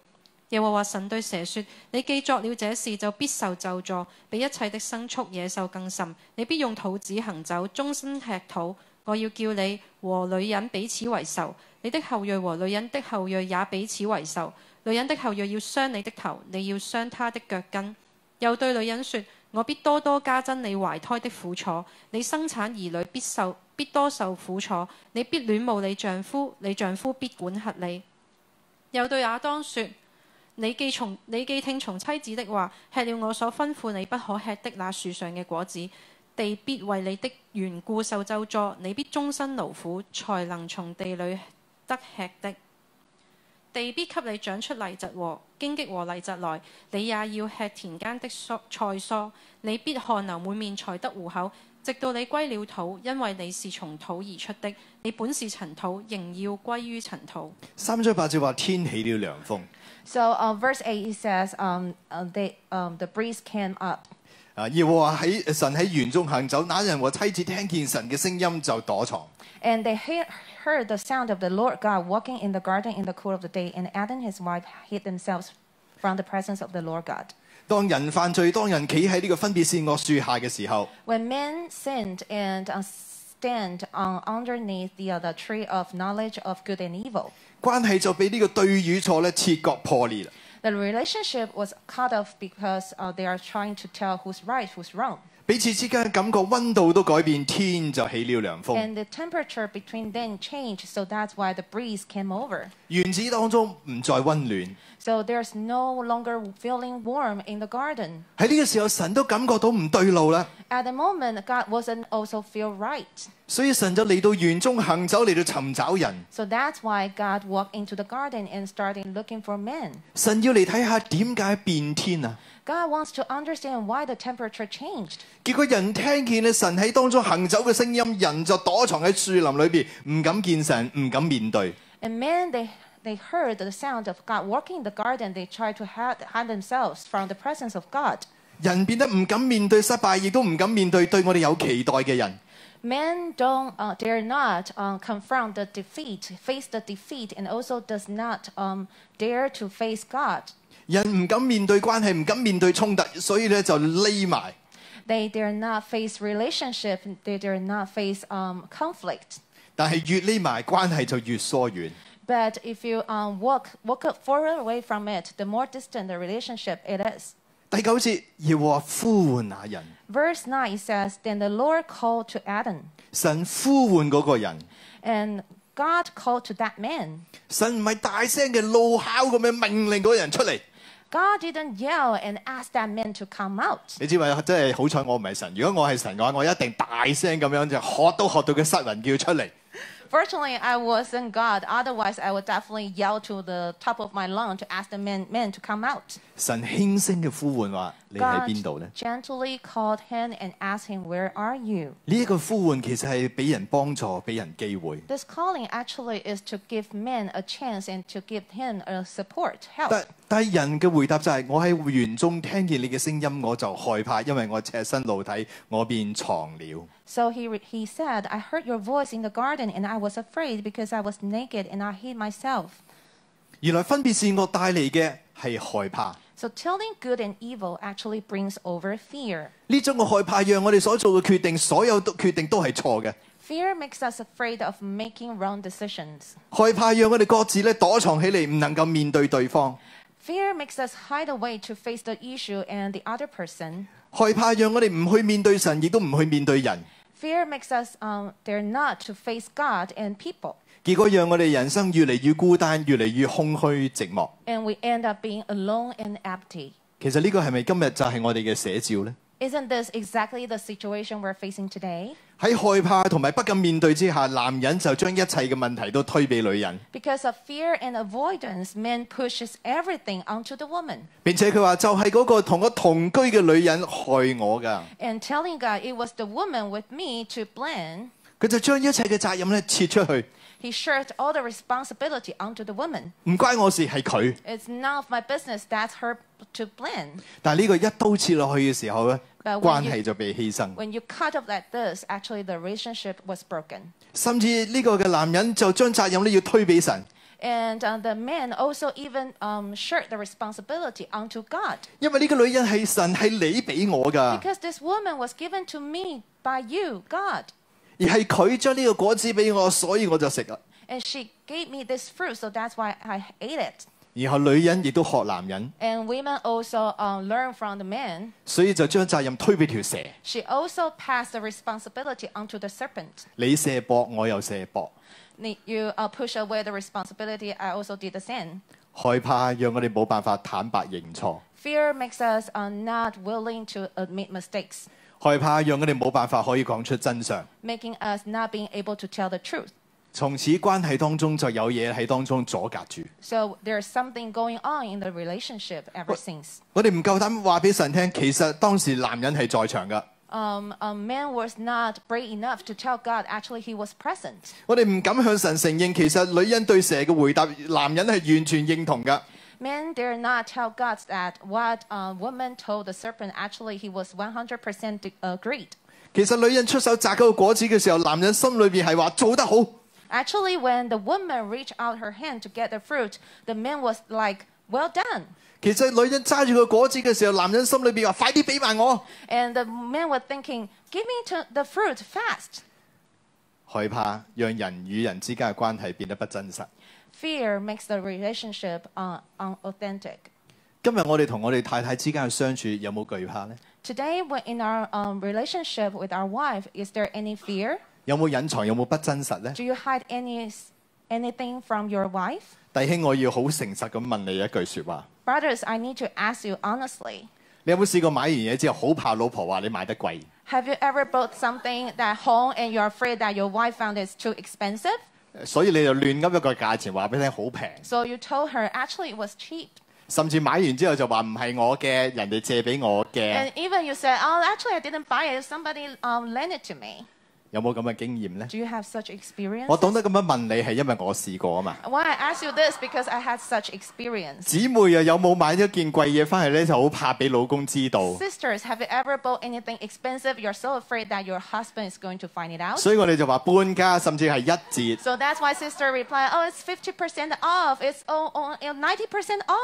Speaker 3: 耶和華神對蛇說：你既作了這事，就必受咒詛，比一切的牲畜野獸更甚。你必用肚子行走，終身吃土。我要叫你和女人彼此為仇，你的後裔和女人的後裔也彼此為仇。女人的後裔要傷你的頭，你要傷她的腳跟。又對女人說：我必多多加增你懷胎的苦楚，你生產兒女必受必多受苦楚，你必戀慕你丈夫，你丈夫必管轄你。又對亞當說：你既從你既聽從妻子的話，吃了我所吩咐你不可吃的那樹上嘅果子，地必為你的緣故受咒詛，你必終身勞苦，才能從地裏得吃的。地必給你長出泥疾和荊棘和泥疾來，你也要吃田間的蔬菜蔬，你必汗流滿面才得糊口，直到你歸了土，因為你是從土而出的，你本是塵土，仍要歸於塵土。
Speaker 1: 三章八節話天起了涼風。
Speaker 2: So uh, verse 8 it says, um, uh, they, um, the breeze came up.
Speaker 1: 啊！耶和華喺神喺園中行走，那人和妻子聽見神嘅聲音就躲藏。
Speaker 2: And they he- heard the sound of the Lord God walking in the garden in the cool of the day, and Adam and his wife hid themselves from the presence of the Lord God.
Speaker 1: 當人犯罪，當人企喺呢個分別善惡樹下嘅時候，
Speaker 2: When men sinned and uh, stand on underneath the, uh, the tree of knowledge of good and evil,
Speaker 1: 關係就俾呢個對與錯咧切割破裂啦。
Speaker 2: the relationship was cut off because uh, they are trying to tell who's right, who's wrong.
Speaker 1: 彼此之間嘅感覺温度都改變，天就起了涼風。
Speaker 2: And the temperature between them changed, so that's why the breeze came over.
Speaker 1: 園子當中唔再温暖。
Speaker 2: So there's no longer feeling warm in the garden.
Speaker 1: 喺呢個時候，神都感覺到唔對路啦，
Speaker 2: At the moment, God wasn't also feel right.
Speaker 1: 所以神就嚟到園中行走，嚟到尋找人。
Speaker 2: So that's why God walked into the garden and started looking for men.
Speaker 1: 神要嚟睇下點解變天啊！
Speaker 2: God wants to understand why the temperature changed.
Speaker 1: 結果人聽見咧神喺當中行走嘅聲音，人就躲藏喺樹林裏邊，唔敢見神，唔敢面對。
Speaker 2: And men, they, they heard the sound of God walking in the garden. They tried to hide, hide themselves from the presence of God.
Speaker 1: 人變得唔敢面對失敗，亦都唔敢面對對我哋有期待嘅人。
Speaker 2: Men don't uh, dare not uh, confront the defeat, face the defeat, and also does not um, dare to face God.
Speaker 1: 人唔敢面對關係，唔敢面對衝突，所以咧就匿埋。
Speaker 2: They dare not face relationship. They dare not face um, conflict.
Speaker 1: 但係越匿埋，關係就越疏遠。
Speaker 2: But if you um, walk walk up further away from it, the more distant the relationship it is.
Speaker 1: 第九節，耶和華呼喚那人，
Speaker 2: Verse nine says, "Then the Lord called to Adam,
Speaker 1: 神呼喚嗰個人，
Speaker 2: and God called to that man.
Speaker 1: 神唔係大聲嘅怒哮咁樣命令嗰個人出嚟。
Speaker 2: God didn't yell and ask that man to come out.
Speaker 1: 你知咪真係好彩我唔係神，如果我係神嘅話，我一定大聲咁樣就喝都喝到佢失魂叫出嚟。
Speaker 2: Fortunately, I wasn't God. Otherwise, I would definitely yell to the top of my lung to ask the man, man to come out.
Speaker 1: 神輕聲嘅呼喚話：你喺邊度呢
Speaker 2: God？gently called him and asked him, "Where are you?"
Speaker 1: 呢一個呼喚其實係俾人幫助，俾人機會。
Speaker 2: This calling actually is to give man a chance and to give him a support, help.
Speaker 1: 但但係人嘅回答就係、我喺園中聽見你嘅聲音，我就害怕，因為我赤身露體，我便藏了。
Speaker 2: So he, re- he said, I heard your voice in the garden and I was afraid because I was naked and I hid myself.
Speaker 1: 原來分別善惡帶嚟嘅係害怕，
Speaker 2: So telling good and evil actually brings over fear.
Speaker 1: 呢種嘅害怕讓我哋所做嘅決定，所有都決定都係錯嘅。
Speaker 2: Fear makes us afraid of making wrong decisions.
Speaker 1: 害怕讓我哋各自咧躲藏起嚟，唔能夠面對對方。
Speaker 2: Fear makes us hide away to face the issue and the other person.
Speaker 1: 害怕讓我哋唔去面對神，亦都唔去面對人，
Speaker 2: Fear makes us um, dare not to face God and people.
Speaker 1: 結果讓我哋人生越嚟越孤單，越嚟越空虛寂寞。
Speaker 2: And we end up being alone and empty.
Speaker 1: 其實呢個係咪今日就係我哋嘅寫照呢？
Speaker 2: Isn't this exactly the situation we're facing today?
Speaker 1: 喺害怕同埋不敢面對之下，男人就將一切嘅問題都推俾女人。
Speaker 2: Because of fear and avoidance, man pushes everything onto the woman
Speaker 1: 並且佢話就係嗰個同我同居嘅女人害我㗎，
Speaker 2: and telling God it was the woman with me to blame.
Speaker 1: 佢就將一切嘅責任咧切出去，
Speaker 2: He shirts all the responsibility onto the woman.
Speaker 1: 唔關我事係佢。
Speaker 2: It's none of my business. That's her to blame.
Speaker 1: 但係呢個一刀切落去嘅時候咧，
Speaker 2: But
Speaker 1: 關
Speaker 2: when you-
Speaker 1: 係就被犧牲，
Speaker 2: When you cut off like this, actually the relationship was broken.
Speaker 1: 甚至呢個嘅男人就將責任咧要推俾神，
Speaker 2: And uh, the man also even um, shirked the responsibility onto God
Speaker 1: 因為呢個女人係神係你俾我㗎，
Speaker 2: because this woman was given to me by you, God,
Speaker 1: 而係佢將呢個果子俾我，所以我就食啦。
Speaker 2: and she gave me this fruit, so that's why I ate it.
Speaker 1: 然後女人亦都學男人，
Speaker 2: And women also uh, learn from the man.
Speaker 1: 所以就將責任推俾條蛇。
Speaker 2: She also passed the responsibility onto the serpent.
Speaker 1: 你射博，我又射博。
Speaker 2: Ne- You uh, push away the responsibility. I also did the same.
Speaker 1: 害怕讓我哋冇辦法坦白認錯，
Speaker 2: Fear makes us uh, not willing to admit mistakes,
Speaker 1: 害怕讓我哋冇辦法可以講出真相。
Speaker 2: making us not being able to tell the truth.
Speaker 1: 從此關係當中就有嘢喺當中阻隔住。
Speaker 2: So there's something going on in the relationship ever since.
Speaker 1: 我哋唔夠膽話俾神聽，其實當時男人係在場㗎。
Speaker 2: Um, a man was not brave enough to tell God. Actually, he was present.
Speaker 1: 我哋唔敢向神承認，其實女人對蛇嘅回答，男人係完全認同㗎。
Speaker 2: Men dare not tell God that what uh, woman told the serpent. Actually, he was 100% de- agreed.
Speaker 1: 其實女人出手摘嗰個果子嘅時候，男人心裏邊係話做得好，
Speaker 2: Actually, when the woman reached out her hand to get the fruit, the man was like, "Well done."
Speaker 1: 其實女人揸住個果子嘅時候，男人心裏邊話快啲俾埋我。
Speaker 2: And the men were thinking, "Give me to the fruit fast."
Speaker 1: 害怕讓人與人之間嘅關係變得不真實。
Speaker 2: Fear makes the relationship uh, unauthentic.
Speaker 1: 今日我哋同我哋太太之間嘅相處有冇懼怕呢？
Speaker 2: Today, when in our um, relationship with our wife, is there any fear?
Speaker 1: 有冇隱藏？有冇不真實呢？
Speaker 2: Do you hide any anything from your wife?
Speaker 1: 弟兄，我要好誠實咁問你一句説話：
Speaker 2: Brothers, I need to ask you honestly.
Speaker 1: 你有冇試過買完嘢之後好怕老婆話你買得貴，
Speaker 2: Have you ever bought something that home and you're afraid that your wife found it's too expensive?
Speaker 1: 所以你就亂噏一個價錢話俾你聽好平，
Speaker 2: So you told her actually it was cheap.
Speaker 1: 甚至買完之後就話唔係我嘅，人哋借俾我嘅。
Speaker 2: 呃 And even you said, oh, actually I didn't buy it. Somebody um, lent it to me.
Speaker 1: 有冇咁嘅經驗呢？
Speaker 2: Do you have such experience?
Speaker 1: 我懂得咁樣問你係因為我試過啊嘛。
Speaker 2: Why I ask you this? Because I had such experience.
Speaker 1: 姊妹啊，有冇買一件貴嘢翻嚟呢？就好怕俾老公知道，
Speaker 2: Sisters, have you ever bought anything expensive? You're so afraid that your husband is going to find it out.
Speaker 1: 所以我哋就話搬家，甚至係一折。
Speaker 2: So that's why sister replied, "Oh, it's 50% off. It's oh, oh, oh, 90%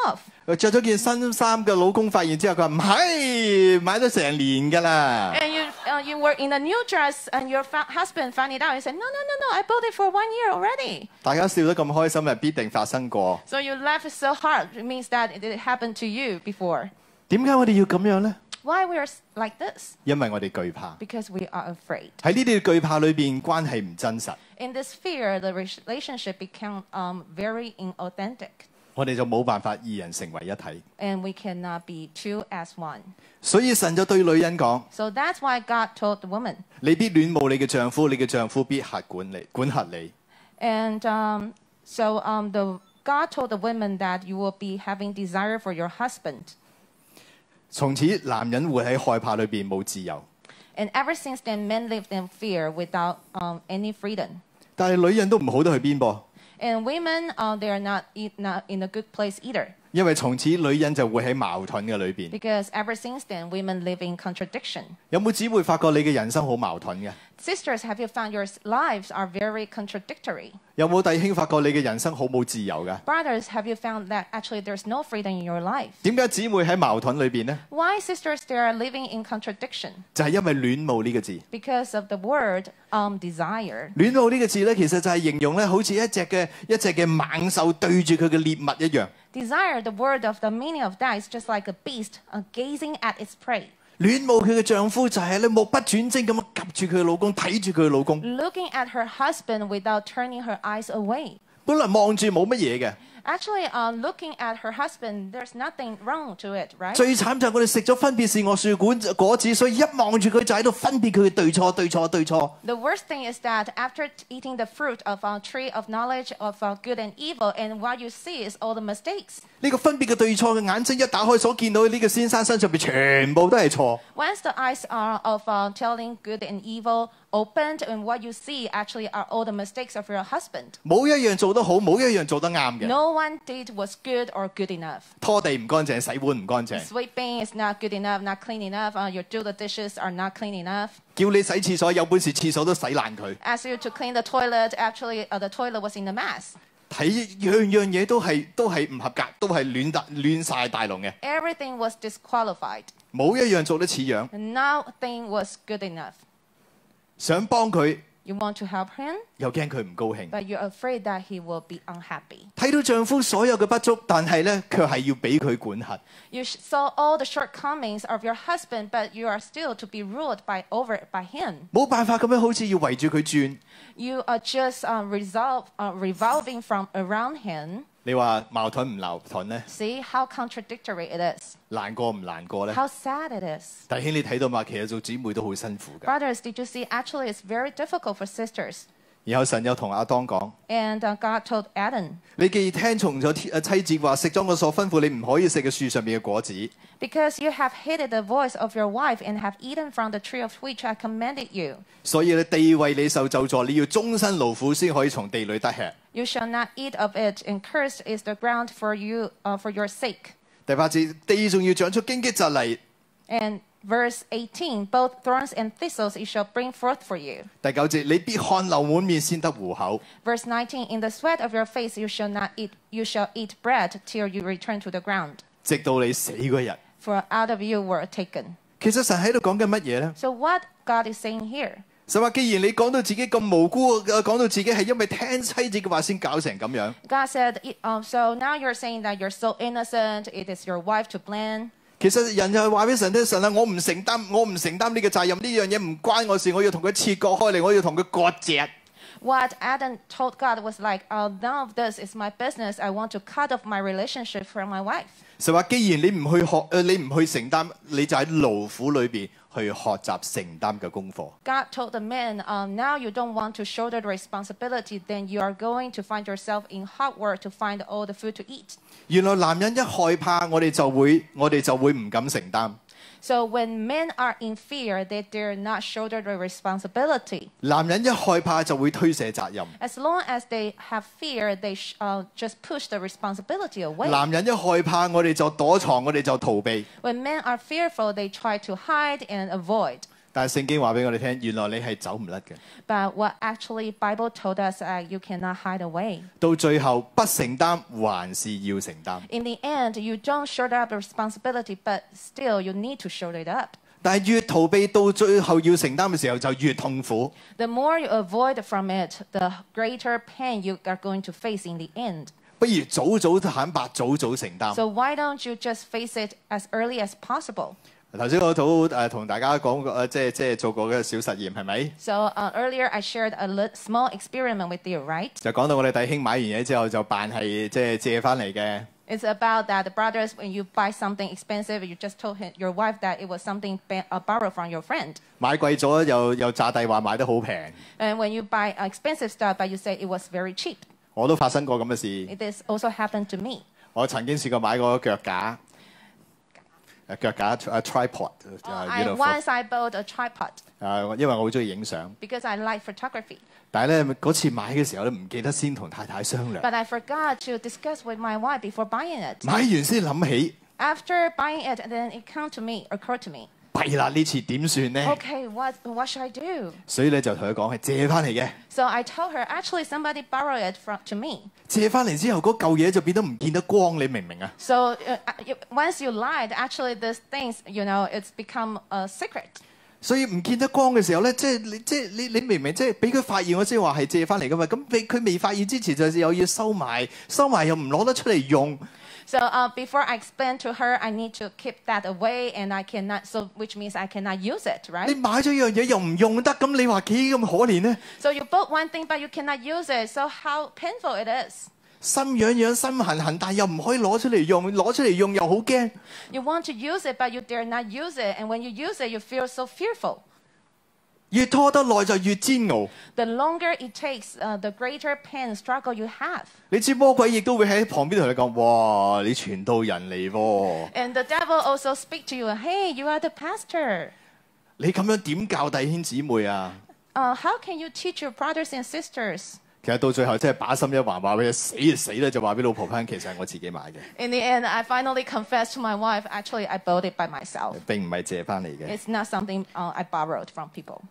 Speaker 2: off."
Speaker 1: 着咗件新衫嘅老公發現之後，佢話唔係，買咗成年㗎啦。
Speaker 2: And you uh, you were in a new dress, and your fa- husband found it out. He said, "No, no, no, no! I bought it for one year already."
Speaker 1: 大家笑得咁開心，係必定發生過。
Speaker 2: So you laugh so hard. It means that it, it happened to you before.
Speaker 1: 點解我哋要咁樣呢？
Speaker 2: Why we are s- like this?
Speaker 1: 因為我哋懼怕。
Speaker 2: Because we are afraid.
Speaker 1: 喺呢啲懼怕裏邊，關係唔真實，
Speaker 2: In this fear, the re- relationship become um, very inauthentic,
Speaker 1: 我哋就冇辦法二人成為一體。
Speaker 2: and we cannot be two as one.
Speaker 1: 所以神就對女人講：
Speaker 2: So that's why God told the woman,
Speaker 1: 你必戀慕你嘅丈夫，你嘅丈夫必轄管你，管轄你。
Speaker 2: and um, so um, the God told the woman that you will be having desire for your husband.
Speaker 1: 從此，男人活喺害怕裏邊冇自由，
Speaker 2: And ever since then, men lived in fear without um, any freedom.
Speaker 1: 但係女人都唔好得去邊噃，
Speaker 2: And women, uh, they are not, e- not in a good place either.
Speaker 1: 因為從此女人就活喺矛盾嘅裏邊。
Speaker 2: Because ever since then, women live in contradiction.
Speaker 1: 有冇姊妹發覺你嘅人生好矛盾嘅？
Speaker 2: Sisters, have you found your lives are very contradictory?
Speaker 1: 有冇弟兄發覺你嘅人生好冇自由嘅？
Speaker 2: Brothers, have you found that actually there's no freedom in your life?
Speaker 1: 點解姊妹喺矛盾裏邊呢？
Speaker 2: Why, sisters, they are living in contradiction?
Speaker 1: 就係因為戀慕呢個字。
Speaker 2: Because of the word um, desire.
Speaker 1: 戀慕呢個字呢，其實就係形容呢，好似一隻嘅一隻嘅猛獸對住佢嘅獵物一樣。
Speaker 2: Desire, the word of the meaning of that is just like a beast uh, gazing at its prey.
Speaker 1: 戀慕佢嘅丈夫就係咧目不轉睛咁樣及住佢嘅老公，睇住佢嘅老公。
Speaker 2: looking at her husband without turning her eyes away.
Speaker 1: 本來望住冇乜嘢嘅，
Speaker 2: Actually, uh, looking at her husband, there's nothing wrong to it, right?
Speaker 1: 最慘就係我哋食咗分別是我樹管果子，所以一望住佢就喺度分別佢嘅對錯、對錯、對錯。
Speaker 2: the worst thing is that after t- eating the fruit of our tree of knowledge of uh, good and evil, and what you see is all the mistakes.
Speaker 1: 呢個分別嘅對錯嘅眼睛一打開，所見到呢個先生身上邊全部都係錯。
Speaker 2: Once the eyes are of uh, telling good and evil opened, and what you see actually are all the mistakes of your husband.
Speaker 1: 冇一樣做得好，冇一樣做得啱嘅。
Speaker 2: No one did was good or good enough.
Speaker 1: 拖地唔乾淨，洗碗唔乾淨，
Speaker 2: Sweeping is not good enough, not clean enough. Uh, your do the dishes are not clean enough.
Speaker 1: 叫你洗廁所，有本事廁所都洗爛佢。
Speaker 2: asked you to clean the toilet. Actually, uh, the toilet was in a mess.
Speaker 1: 睇樣樣嘢都係都係唔合格，都係亂大亂曬大龍嘅，
Speaker 2: Everything was disqualified.
Speaker 1: 冇一樣做得似樣。
Speaker 2: Nothing was good enough.
Speaker 1: 想幫佢
Speaker 2: You want to help him,
Speaker 1: 又驚佢唔高興。
Speaker 2: but you're afraid that he will be unhappy.
Speaker 1: 睇到丈夫所有嘅不足，但係呢，卻係要俾佢管轄。
Speaker 2: You sh- saw all the shortcomings of your husband, but you are still to be ruled by over by him.
Speaker 1: 冇辦法咁樣，好似要圍住佢轉。
Speaker 2: You are just uh, resolve, uh, revolving from around him.
Speaker 1: 你話矛盾唔矛盾呢？
Speaker 2: See how contradictory it is.
Speaker 1: 難過唔難過呢？
Speaker 2: How sad it is.
Speaker 1: 弟兄，你睇到嘛？其實做姊妹都好辛苦㗎。
Speaker 2: Brothers, did you see? Actually, it's very difficult for sisters.
Speaker 1: 然後神又同亞當講：
Speaker 2: And uh, God told Adam,
Speaker 1: 你既聽從咗天呃妻子話，食咗我所吩咐你唔可以食嘅樹上面嘅果子，
Speaker 2: Because you have hated the voice of your wife and have eaten from the tree of which I commanded you.
Speaker 1: 所以咧地為你受咒助，你要終身勞苦先可以從地裏得吃。
Speaker 2: You shall not eat of it, and cursed is the ground for you uh, for your sake.
Speaker 1: 第八節，地仲要長出荊棘蒺藜。
Speaker 2: And verse 18, both thorns and thistles it shall bring forth for you.
Speaker 1: 第九節，你必汗流滿面先得糊口。
Speaker 2: Verse 19, in the sweat of your face you shall not eat you shall eat bread till you return to the ground,
Speaker 1: 直到你死嗰日。
Speaker 2: for out of you were taken.
Speaker 1: 其實神喺度講緊乜嘢呢？
Speaker 2: So what God is saying here?
Speaker 1: 神話既然你講到自己咁無辜，呃講到自己係因為聽妻子嘅話先搞成咁樣，
Speaker 2: God said, um, so now you're saying that you're so innocent, it is your wife to blame.
Speaker 1: 其實人就係話俾神聽，神啊，我唔承擔，我唔承擔呢個責任，呢樣嘢唔關我事，我要同佢切割開嚟，我要同佢割席。
Speaker 2: What Adam told God was like, oh, none of this is my business. I want to cut off my relationship from my wife.
Speaker 1: 神話既然你唔去學，誒、你唔去承擔，你就喺勞苦裏邊去學習承擔嘅功課。
Speaker 2: God told the man, um, now you don't want to shoulder the responsibility, then you are going to find yourself in hard work to find all the food to eat.
Speaker 1: 原來男人一害怕，我哋就會我哋就會唔敢承擔。
Speaker 2: So when men are in fear, they dare not shoulder the responsibility.
Speaker 1: 男人一害怕就會推卸責任，
Speaker 2: As long as they have fear, they sh- uh, just push the responsibility away.
Speaker 1: 男人一害怕我哋就躲藏，我哋就逃避。
Speaker 2: When men are fearful, they try to hide and avoid.
Speaker 1: 但係聖經話俾我哋聽，原來你係走唔甩嘅。
Speaker 2: But what actually Bible told us, uh, you cannot hide away.
Speaker 1: 到最後不承擔還是要承擔。
Speaker 2: In the end, you don't shoulder up the responsibility, but still you need to shoulder it up.
Speaker 1: 但係越逃避到最後要承擔嘅時候就越痛苦。
Speaker 2: The more you avoid from it, the greater pain you are going to face in the end.
Speaker 1: 不如早早坦白，早早承擔。
Speaker 2: So why don't you just face it as early as possible?
Speaker 1: 頭先我都誒同大家講過，誒即係即係做過嘅小實驗係咪？
Speaker 2: So uh, earlier I shared a lit- small experiment with you, right?
Speaker 1: 就講到我哋弟兄買完嘢之後就扮係即係借翻嚟嘅。
Speaker 2: It's about that the brothers, when you buy something expensive, you just told him, your wife that it was something ba- uh, borrowed from your friend.
Speaker 1: 買貴咗又又炸帝話買得好平，
Speaker 2: And when you buy uh, expensive stuff, but you say it was very cheap.
Speaker 1: 我都發生過咁嘅事。
Speaker 2: This also happened to me.
Speaker 1: 我曾經試過買過腳架，誒腳架誒 tripod，
Speaker 2: Uh,
Speaker 1: 誒
Speaker 2: I,
Speaker 1: 原來
Speaker 2: once I bought a tripod
Speaker 1: 誒因為我好中意影相，
Speaker 2: because I like photography,
Speaker 1: 但係咧嗰次買嘅時候咧唔記得先同太太商量，
Speaker 2: but I forgot to discuss with my wife before buying it.
Speaker 1: 買完先諗起，
Speaker 2: After buying it, and then it came to me, occurred to me,
Speaker 1: 弊啦呢次點算呢？
Speaker 2: okay, what, what should I do?
Speaker 1: 所以咧就同佢講係借翻嚟嘅，
Speaker 2: So I told her, actually, somebody borrowed it from, to me.
Speaker 1: 借翻嚟之後嗰嚿嘢就變得唔見得光，你明唔明啊？
Speaker 2: So uh, uh, you- once you lied, actually, these things, you know, it's become a secret.
Speaker 1: 所以唔見得光嘅時候咧，即係你即係你你明明即係俾佢發現，我先話係借翻嚟噶嘛。咁俾佢未發現之前，就又要收埋，收埋又唔攞得出嚟用。
Speaker 2: So uh, before I explain to her, I need to keep that away, and I cannot. So which means I cannot use it,
Speaker 1: 你
Speaker 2: right?
Speaker 1: 買咗樣嘢又唔用得，咁你話幾咁可憐呢？
Speaker 2: So you bought one thing, but you cannot use it. So how painful it is!
Speaker 1: 心癢癢、心痕痕，但又唔可以攞出嚟用，攞出嚟用又好驚。
Speaker 2: You want to use it, but you dare not use it, and when you use it, you feel so fearful.
Speaker 1: 越拖得耐就越煎熬。
Speaker 2: The longer it takes, uh, the greater pain and struggle you have.
Speaker 1: 你知魔鬼亦都會喺旁邊同你講：哇，你傳道人嚟喎，
Speaker 2: And the devil also speak to you, "Hey, you are the pastor.
Speaker 1: 你咁樣點教弟兄姊妹啊？
Speaker 2: Uh, how can you teach your brothers and sisters?"
Speaker 1: 其實到最後真係把心一橫，話俾佢死就死啦，就話俾老婆聽，其實係我自己買嘅。
Speaker 2: In the end, I finally confessed to my wife. Actually, I bought it by myself.
Speaker 1: 並唔係借翻嚟嘅。
Speaker 2: It's not something uh, I borrowed from people.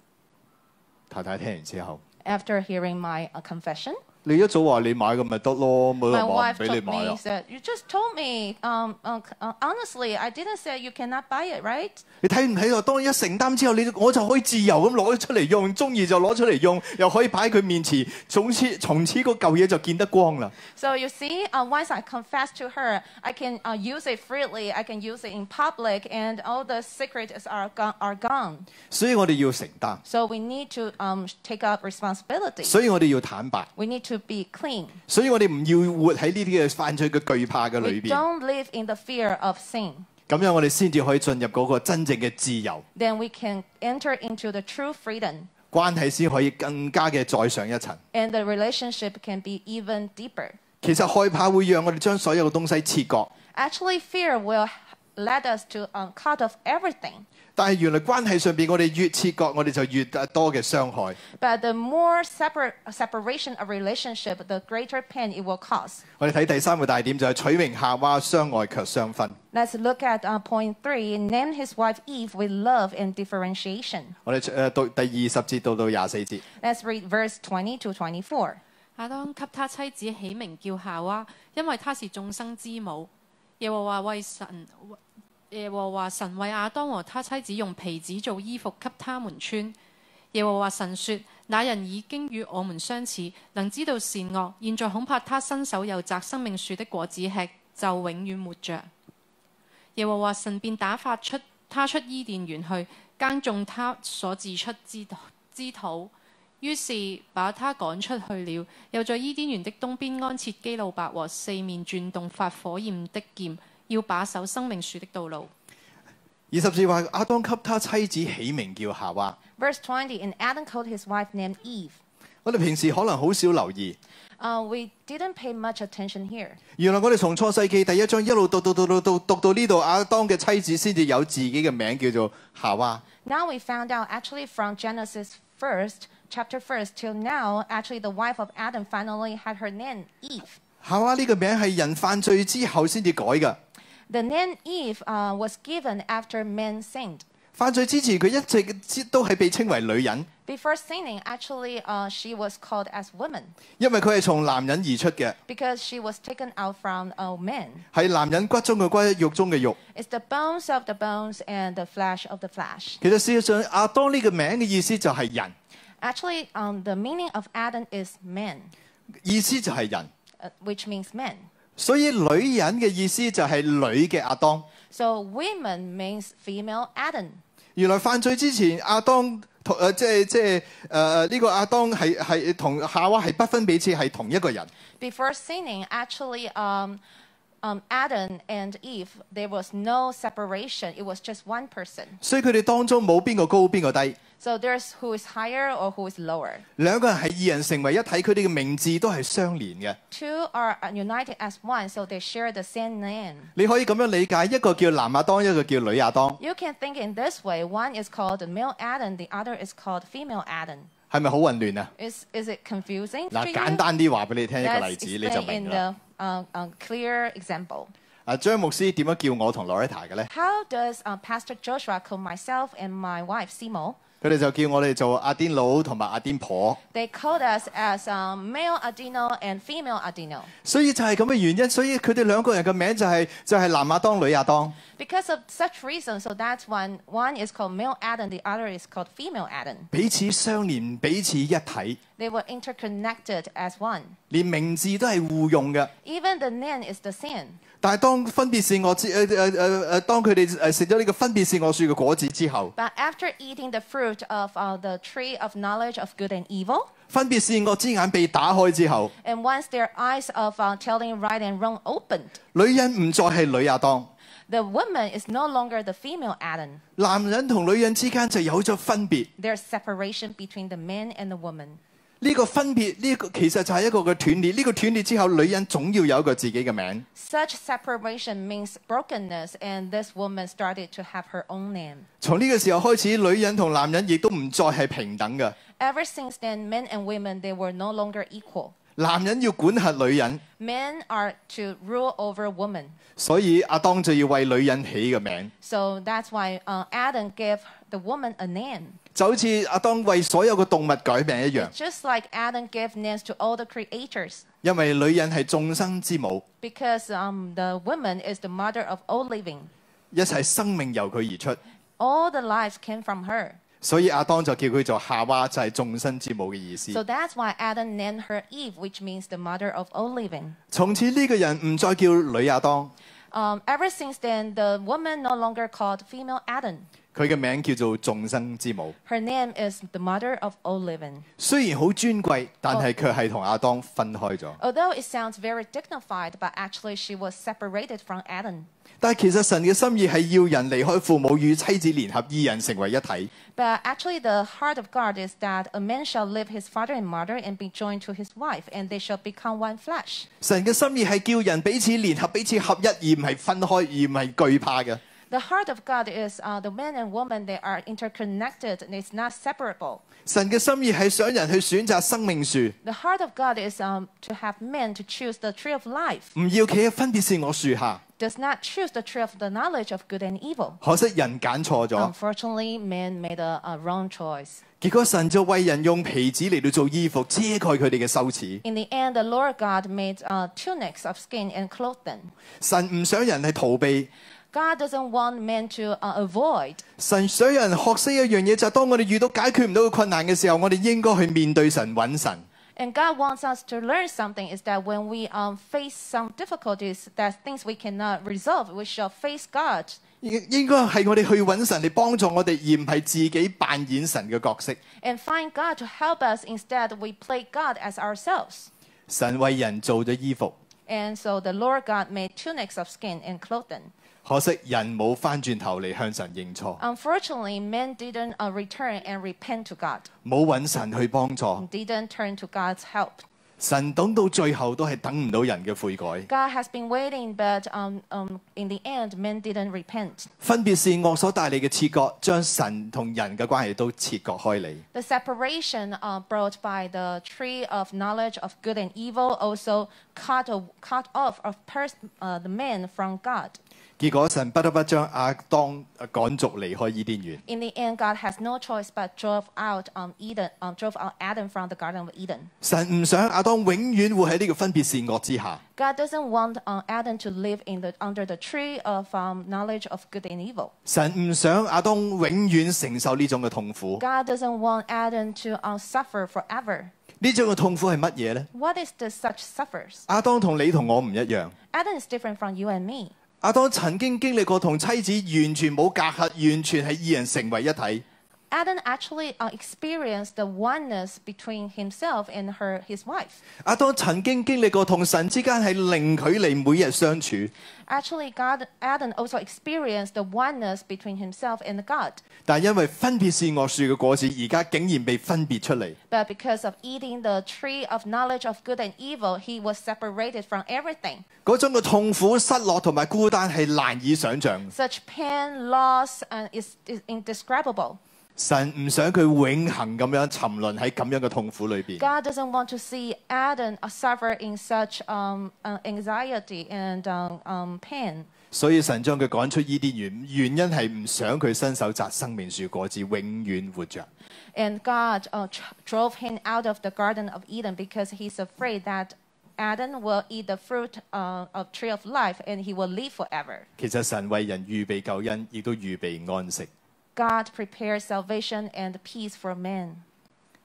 Speaker 1: 太太聽完之後，
Speaker 2: After hearing my uh, confession,
Speaker 1: 你一早話你買咁咪得咯，冇
Speaker 2: my
Speaker 1: 人話唔
Speaker 2: wife
Speaker 1: 俾你
Speaker 2: told
Speaker 1: 買
Speaker 2: me
Speaker 1: 啊。
Speaker 2: that you just told me. Um, uh, c- uh, honestly, I didn't say you cannot buy it, right?
Speaker 1: 你睇唔睇啊？當一承擔之後，你我就可以自由咁攞出嚟用，中意就攞出嚟用，又可以擺喺佢面前。總之，從此嗰嚿嘢就見得光啦。
Speaker 2: So you see, uh, once I confessed to her, I can uh, use it freely. I can use it in public, and all the secrets are gone. Are gone.
Speaker 1: 所以我哋要承擔，
Speaker 2: So we need to um, take up responsibility.
Speaker 1: 所以我哋要坦白，
Speaker 2: we need to be clean.
Speaker 1: 所以我哋唔要活喺呢啲嘅犯罪嘅懼怕嘅
Speaker 2: We
Speaker 1: 裏邊。
Speaker 2: don't live in the fear of sin.
Speaker 1: 咁樣我哋先至可以進入嗰個真正嘅自由，
Speaker 2: Then we can enter into the true freedom,
Speaker 1: 關係先可以更加嘅再上一層。
Speaker 2: and the relationship can be even deeper.
Speaker 1: 其實害怕會讓我哋將所有嘅東西切割。
Speaker 2: Actually, fear will h- lead us to um, cut off everything.
Speaker 1: 但係原來關係上邊，我哋越切割，我哋就越多嘅傷害。
Speaker 2: But the more separ- separation of relationship, the greater pain it will cause.
Speaker 1: 我哋睇第三個大點就係取名夏娃，相愛卻相分。
Speaker 2: Let's look at uh, point three. Name his wife Eve with love and differentiation.
Speaker 1: 我哋誒到第二十節到到廿四節，
Speaker 2: Let's read verse 20 to 24.
Speaker 3: 亞當給啊他妻子起名叫夏娃，因為她是眾生之母。耶和華為神，耶和華神為亞當和他妻子用皮子做衣服給他們穿。耶和華神說：那人已經與我們相似，能知道善惡。現在恐怕他伸手又摘生命樹的果子吃，就永遠活着。耶和華神便打發出他出伊甸園去耕種他所自出之之土。於是把他趕出去了，又在伊甸園的東邊安設基路伯和四面轉動發火焰的劍，要把守生命樹的道路。
Speaker 1: 二十節話亞當給他妻子起名叫夏娃。
Speaker 2: Verse 20 And Adam called his wife named Eve.
Speaker 1: 我哋平時可能好少留意。
Speaker 2: Uh, we didn't pay much attention here.
Speaker 1: 原來我哋從創世記第一章一路讀讀讀讀讀讀到呢度，亞當嘅妻子先至有自己嘅名叫做夏娃。
Speaker 2: Now we found out actually from Genesis 1st, chapter 1st, till now, actually the wife of Adam finally had her name Eve.
Speaker 1: 夏娃呢個名係人犯罪之後先至改嘅。
Speaker 2: The name Eve uh, was given after man sinned.
Speaker 1: 犯罪之前，佢一直都係被稱為女人，
Speaker 2: Before sinning, actually, uh, she was called as woman
Speaker 1: 因為佢係從男人而出嘅，
Speaker 2: because she was taken out from a man.
Speaker 1: 係男人骨中嘅骨，肉中嘅肉。
Speaker 2: It's the bones of the bones and the flesh of the flesh.
Speaker 1: 其實事實上，亞當呢個名嘅意思就係人，
Speaker 2: Actually, um, the meaning of Adam is man,
Speaker 1: 意思就係人。
Speaker 2: uh, which means man.
Speaker 1: 所以女人嘅意思就係女嘅亞當。
Speaker 2: So women means female Adam.
Speaker 1: 原來犯罪之前，亞當同誒、呃即係即係誒呢個亞當係係同夏娃係不分彼此，係同一個人。
Speaker 2: Before sinning, actually, um, um, Adam and Eve, there was no separation. It was just one person.
Speaker 1: 所以佢哋當中冇邊個高邊個低，
Speaker 2: So there's who is higher or who is lower.
Speaker 1: 兩個人係二人成為一體，佢哋嘅名字都係相連嘅。
Speaker 2: Two are uh, united as one, so they share the same name.
Speaker 1: 你可以咁樣理解，一個叫男亞當，一個叫女亞當，
Speaker 2: You can think in this way. One is called the male Adam, the other is called female Adam.
Speaker 1: 係咪好混亂啊？
Speaker 2: Is, is it confusing?
Speaker 1: 嗱
Speaker 2: to，you?
Speaker 1: 簡單啲話俾你聽一個
Speaker 2: Let's
Speaker 1: 例子，你就
Speaker 2: explain in
Speaker 1: 明啦。
Speaker 2: the uh, uh, clear example.
Speaker 1: 啊，張牧師點樣叫我同 Loretta 嘅咧？
Speaker 2: How does uh, Pastor Joshua call myself and my wife Simo?
Speaker 1: 佢哋就叫我哋做阿癲佬同埋阿癲婆，
Speaker 2: They called us as um, male Adino and female Adino.
Speaker 1: 所以就係咁嘅原因，所以佢哋兩個人嘅名就係、就係、男亞當、女亞當。
Speaker 2: Because of such reason, so that's one. One is called male Adam, the other is called female Adam.
Speaker 1: 彼此相連，彼此一體，
Speaker 2: They were interconnected as one.
Speaker 1: 連名字都係互用嘅。
Speaker 2: Even the name is the same.
Speaker 1: 但係當分別善惡之呃誒誒誒誒，當佢哋誒食咗呢個分別善惡樹嘅果子之後，
Speaker 2: But after eating the fruit of uh, the tree of knowledge of good and evil,
Speaker 1: 分別善惡之眼被打開之後，
Speaker 2: and once their eyes of uh, telling right and wrong opened,
Speaker 1: 女人唔再係女亞當，
Speaker 2: the woman is no longer the female Adam.
Speaker 1: 男人同女人之間就有咗分別。
Speaker 2: There's separation between the man and the woman.
Speaker 1: 呢、個分別，呢、個其實就係一個嘅斷裂。呢、個斷裂之後，女人總要有一個自己嘅名。
Speaker 2: Such separation means brokenness, and this woman started to have her own name.
Speaker 1: 從呢個時候開始，女人同男人亦都唔再係平等嘅。
Speaker 2: Ever since then, men and women they were no longer equal.
Speaker 1: 男人要管轄女人，
Speaker 2: Men are to rule over women.
Speaker 1: 所以阿當就要為女人起個名。
Speaker 2: So that's why uh, Adam gave the woman a name.
Speaker 1: 就好似阿當為所有嘅動物改名一樣，
Speaker 2: Just like Adam gave names to all the creators,
Speaker 1: 因為女人係眾生之母，
Speaker 2: because um, the woman is the mother of all living.
Speaker 1: 一切生命由佢而出，
Speaker 2: All the lives came from her.
Speaker 1: 所以阿當就叫佢做夏娃，就係、眾生之母嘅意
Speaker 2: So
Speaker 1: 思。
Speaker 2: that's why Adam named her Eve, which means the mother of all living.
Speaker 1: 從此呢個人唔再叫女亞當，
Speaker 2: Um, ever since then, the woman no longer called female Adam.
Speaker 1: 佢嘅名叫做眾生之母。
Speaker 2: Her name is the mother of all living.
Speaker 1: 雖然好尊貴，但係卻係同亞當分開咗。
Speaker 2: Although it sounds very dignified, but actually she was separated from Adam.
Speaker 1: 但係其實神嘅心意係要人離開父母與妻子聯合，二人成為一體。
Speaker 2: But actually, the heart of God is that a man shall leave his father and mother and be joined to his wife, and they shall become one flesh.
Speaker 1: 神嘅心意係叫人彼此聯合、彼此合一，而唔係分開，而唔係懼怕嘅。
Speaker 2: The heart of God is uh, the man and woman, they are interconnected and it's not separable.
Speaker 1: 神嘅心意係想人去選擇生命樹，
Speaker 2: The heart of God is um, to have men to choose the tree of life,
Speaker 1: 唔要企喺分別善惡樹下。
Speaker 2: does not choose the tree of the knowledge of good and evil.
Speaker 1: 可惜人揀錯咗，
Speaker 2: Unfortunately, men made a, a wrong choice.
Speaker 1: 結果神就為人用皮子嚟到做衣服，遮蓋佢哋嘅羞恥。
Speaker 2: In the end, the Lord God made uh, tunics of skin and clothed them.
Speaker 1: 神唔想人係逃避，
Speaker 2: God doesn't want men to uh, avoid.
Speaker 1: 神想人學識一樣嘢，就係當我哋遇到解決唔到嘅困難嘅時候，我哋應該去面對神揾神。
Speaker 2: And God wants us to learn something is that when we um, face some difficulties, that things we cannot resolve, we shall face God.
Speaker 1: 應應該係我哋去揾神嚟幫助我哋，而唔係自己扮演神嘅角色。
Speaker 2: and find God to help us. Instead, we play God as ourselves.
Speaker 1: 神為人做咗衣服，
Speaker 2: And so the Lord God made tunics of skin and clothed them.
Speaker 1: 可惜人冇翻轉頭嚟向神認錯，
Speaker 2: Unfortunately, men didn't uh, return and repent to God,
Speaker 1: 冇揾神去幫助。
Speaker 2: didn't turn to God's help.
Speaker 1: 神等到最後都係等唔到人嘅悔改。
Speaker 2: God has been waiting, but um, um, in the end, men didn't repent.
Speaker 1: 分別是惡所帶嚟嘅切割，將神同人嘅關係都切割開嚟。
Speaker 2: The separation uh, brought by the tree of knowledge of good and evil also cut, a, cut off of pers- uh, the man from God.
Speaker 1: 結果神不得不將亞當呃趕逐離開伊甸園。
Speaker 2: In the end, God has no choice but drove out um, Eden, um, drove out Adam from the Garden of Eden.
Speaker 1: 神唔想亞當永遠會喺呢個分別是惡之下。
Speaker 2: God doesn't want uh, Adam to live in the, under the tree of um, knowledge of good and evil.
Speaker 1: 神唔想亞當永遠承受呢種嘅痛苦。
Speaker 2: God doesn't want Adam to uh, suffer forever.
Speaker 1: 呢種嘅痛苦係乜嘢呢？
Speaker 2: What is the such suffers?
Speaker 1: 亞當同你同我唔一樣。
Speaker 2: Adam is different from you and me.
Speaker 1: 亞當曾經經歷過同妻子完全冇隔阂，完全係二人成為一體。
Speaker 2: Adam actually uh, experienced the oneness between himself and her, his wife.
Speaker 1: 亞當曾經經歷過同神之間係零距離，每日相處。
Speaker 2: Actually, God, Adam also experienced the oneness between himself and God.
Speaker 1: 但因為分別是惡樹嘅果子，而家竟然被分別出嚟。
Speaker 2: But because of eating the tree of knowledge of good and evil, he was separated from everything.
Speaker 1: 嗰種嘅痛苦、失落同埋孤單係難以想像。
Speaker 2: Such pain, loss, and is, is indescribable.
Speaker 1: 神唔想佢永恆咁樣沉淪喺咁樣嘅痛苦裏邊。
Speaker 2: God doesn't want to see Adam uh, suffer in such um, uh, anxiety and um, um, pain.
Speaker 1: 所以神將佢趕出伊甸園，原因係唔想佢伸手摘生命樹果子，永遠活着。
Speaker 2: And God uh, tr- drove him out of the Garden of Eden because he's afraid that Adam will eat the fruit uh, of tree of life and he will live forever.
Speaker 1: 其實神為人預備救恩，亦都預備安息。
Speaker 2: God prepares salvation and peace for man.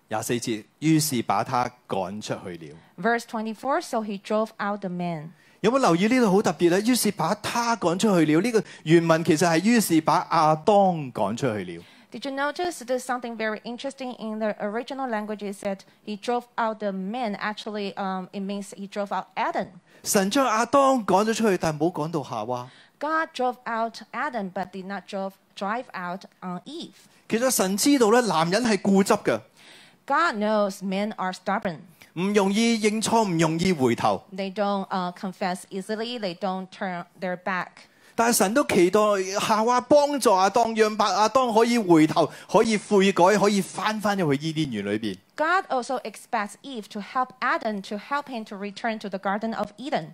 Speaker 1: 廿四節，於是把他趕出去了。
Speaker 2: Verse 24 So he drove out the man.
Speaker 1: 有冇留意呢度好特別咧？於是把他趕出去了。呢、個原文其實係於是把亞當趕出去了。
Speaker 2: Did you notice there's something very interesting in the original language? It said he drove out the man. Actually, um, it means he drove out Adam.
Speaker 1: 神將亞當趕咗出去，但冇趕到夏娃。
Speaker 2: God drove out Adam, but did not drove, drive out uh, Eve.
Speaker 1: 其實神知道咧，男人係固執嘅，
Speaker 2: God knows men are stubborn.
Speaker 1: 唔容易認錯，唔容易回頭。
Speaker 2: They don't uh, confess easily. They don't turn their back.
Speaker 1: 但係神都期待夏娃幫助亞當，讓白亞當可以回頭，可以悔改，可以翻翻入去伊甸園裏邊。
Speaker 2: God also expects Eve to help Adam to help him to return to the Garden of Eden.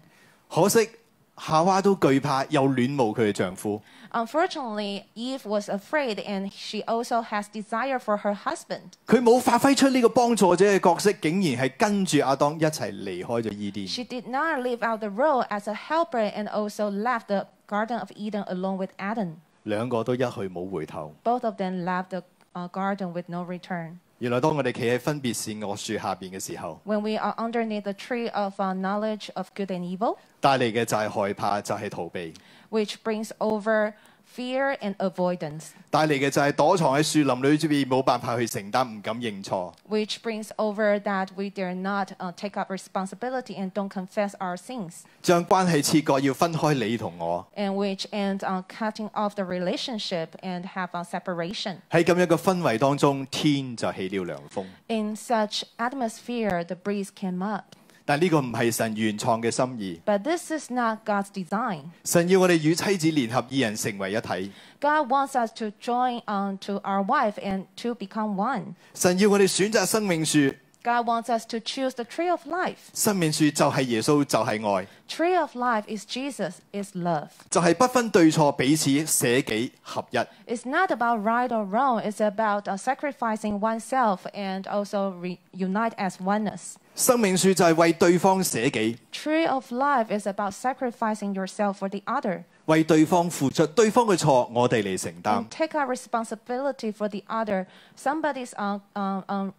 Speaker 1: 可惜夏娃都懼怕，又戀慕佢嘅丈夫。
Speaker 2: Unfortunately, Eve was afraid, and she also has desire for her husband.
Speaker 1: 佢冇發揮出呢個幫助者嘅角色，竟然係跟住亞當一齊離開咗伊甸。
Speaker 2: She did not live out the role as a helper and also left the Garden of Eden alone with Adam.
Speaker 1: 兩個都一去冇回頭。
Speaker 2: Both of them left the uh, garden with no return.
Speaker 1: 原來當我哋企喺分別是惡樹下邊嘅時候，
Speaker 2: When we are underneath the tree of uh, knowledge of good and evil,
Speaker 1: 帶嚟嘅就係害怕，就係、逃避；
Speaker 2: which brings over fear and avoidance,
Speaker 1: 帶嚟嘅就係躲藏喺樹林裏邊，冇辦法去承擔，唔敢認錯。
Speaker 2: which brings over that we dare not uh, take up responsibility and don't confess our sins,
Speaker 1: 將關係切割，要分開你同我。
Speaker 2: and which end on cutting off the relationship and have a separation.
Speaker 1: 喺咁樣嘅氛圍當中，天就起了涼風。
Speaker 2: In such atmosphere, the breeze came up.
Speaker 1: 但呢個唔係神原創嘅心意，
Speaker 2: But this is not God's design.
Speaker 1: 神要我哋與妻子聯合，二人成為一體。
Speaker 2: God wants us to join on to our wife and to become one.
Speaker 1: 神要我哋選擇生命樹，
Speaker 2: God wants us to choose the tree of life.
Speaker 1: 生命樹就係耶穌，就係愛，
Speaker 2: Tree of life is Jesus, is love.
Speaker 1: 就係、不分對錯，彼此捨己合一。
Speaker 2: It's not about right or wrong. It's about uh, sacrificing oneself and also reunite as oneness.
Speaker 1: 生命樹就係為對方捨己，
Speaker 2: Tree of life is about sacrificing yourself for the other
Speaker 1: 為對方付出。對方嘅錯，我哋嚟承擔
Speaker 2: and。take our responsibility for the other. Somebody's uh, um, um,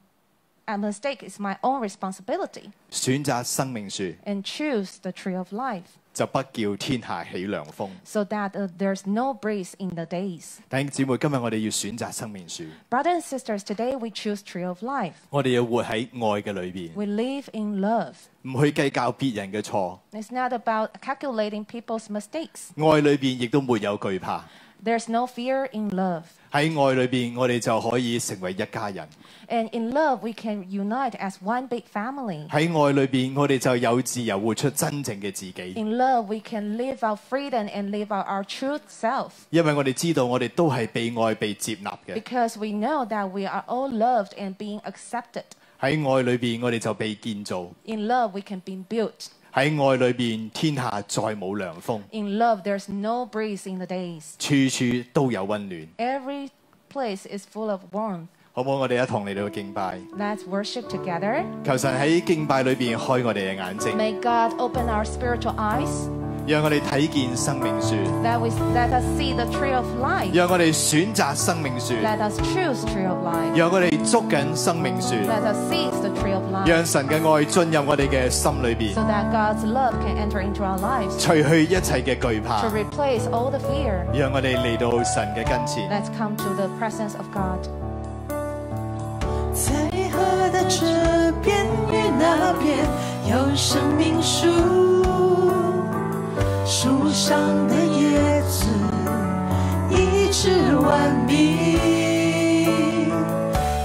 Speaker 2: a mistake is my own responsibility
Speaker 1: 選擇生命樹，
Speaker 2: and choose the tree of life
Speaker 1: 就不叫天下起涼風。
Speaker 2: so that uh, there's no breeze in the days.
Speaker 1: 弟兄姊妹，今日我哋要選擇生命樹，
Speaker 2: Brothers and sisters, today we choose tree of life.
Speaker 1: 我哋要活喺愛嘅裏邊，
Speaker 2: We live in love.
Speaker 1: 唔去計較別人嘅錯。
Speaker 2: It's not about calculating people's mistakes.
Speaker 1: 愛裏邊亦都沒有懼怕，
Speaker 2: There's no fear in love.
Speaker 1: 喺愛裏邊我哋就可以成為一家人。
Speaker 2: And in love, we can unite as one big family.
Speaker 1: 喺愛裏邊我哋就有自由活出真正嘅自己，
Speaker 2: In love, we can live our freedom and live out our true self
Speaker 1: 因為我哋知道我哋都係被愛被接納嘅。
Speaker 2: because we know that we are all loved and being accepted.
Speaker 1: 喺愛裏邊我哋就被建造，
Speaker 2: In love, we can be built.
Speaker 1: 喺愛裏邊天下再冇涼風，
Speaker 2: In love, there's no breeze in the days.
Speaker 1: 處處都有温暖。
Speaker 2: Every place is full of warmth.
Speaker 1: 好唔好？我哋一同嚟到敬拜，
Speaker 2: Let's worship together.
Speaker 1: 求神喺敬拜裏邊開我哋嘅眼睛。
Speaker 2: May God open our spiritual eyes
Speaker 1: 让我哋睇见生命树，
Speaker 2: that we let us see the tree of life.
Speaker 1: 让我哋选择生命树，
Speaker 2: Let us choose tree of life.
Speaker 1: 让我哋捉紧生命树，
Speaker 2: Let us seize the tree of life
Speaker 1: 让神嘅爱进入我哋嘅心里边，
Speaker 2: so that God's love can enter into our lives
Speaker 1: 除去一切嘅惧怕
Speaker 2: to，replace all the fear.
Speaker 1: 让我哋嚟到神嘅跟前。
Speaker 2: Let's come to the presence of God.
Speaker 4: 在河的这边与那边有生命树，树上的叶子一直顽皮。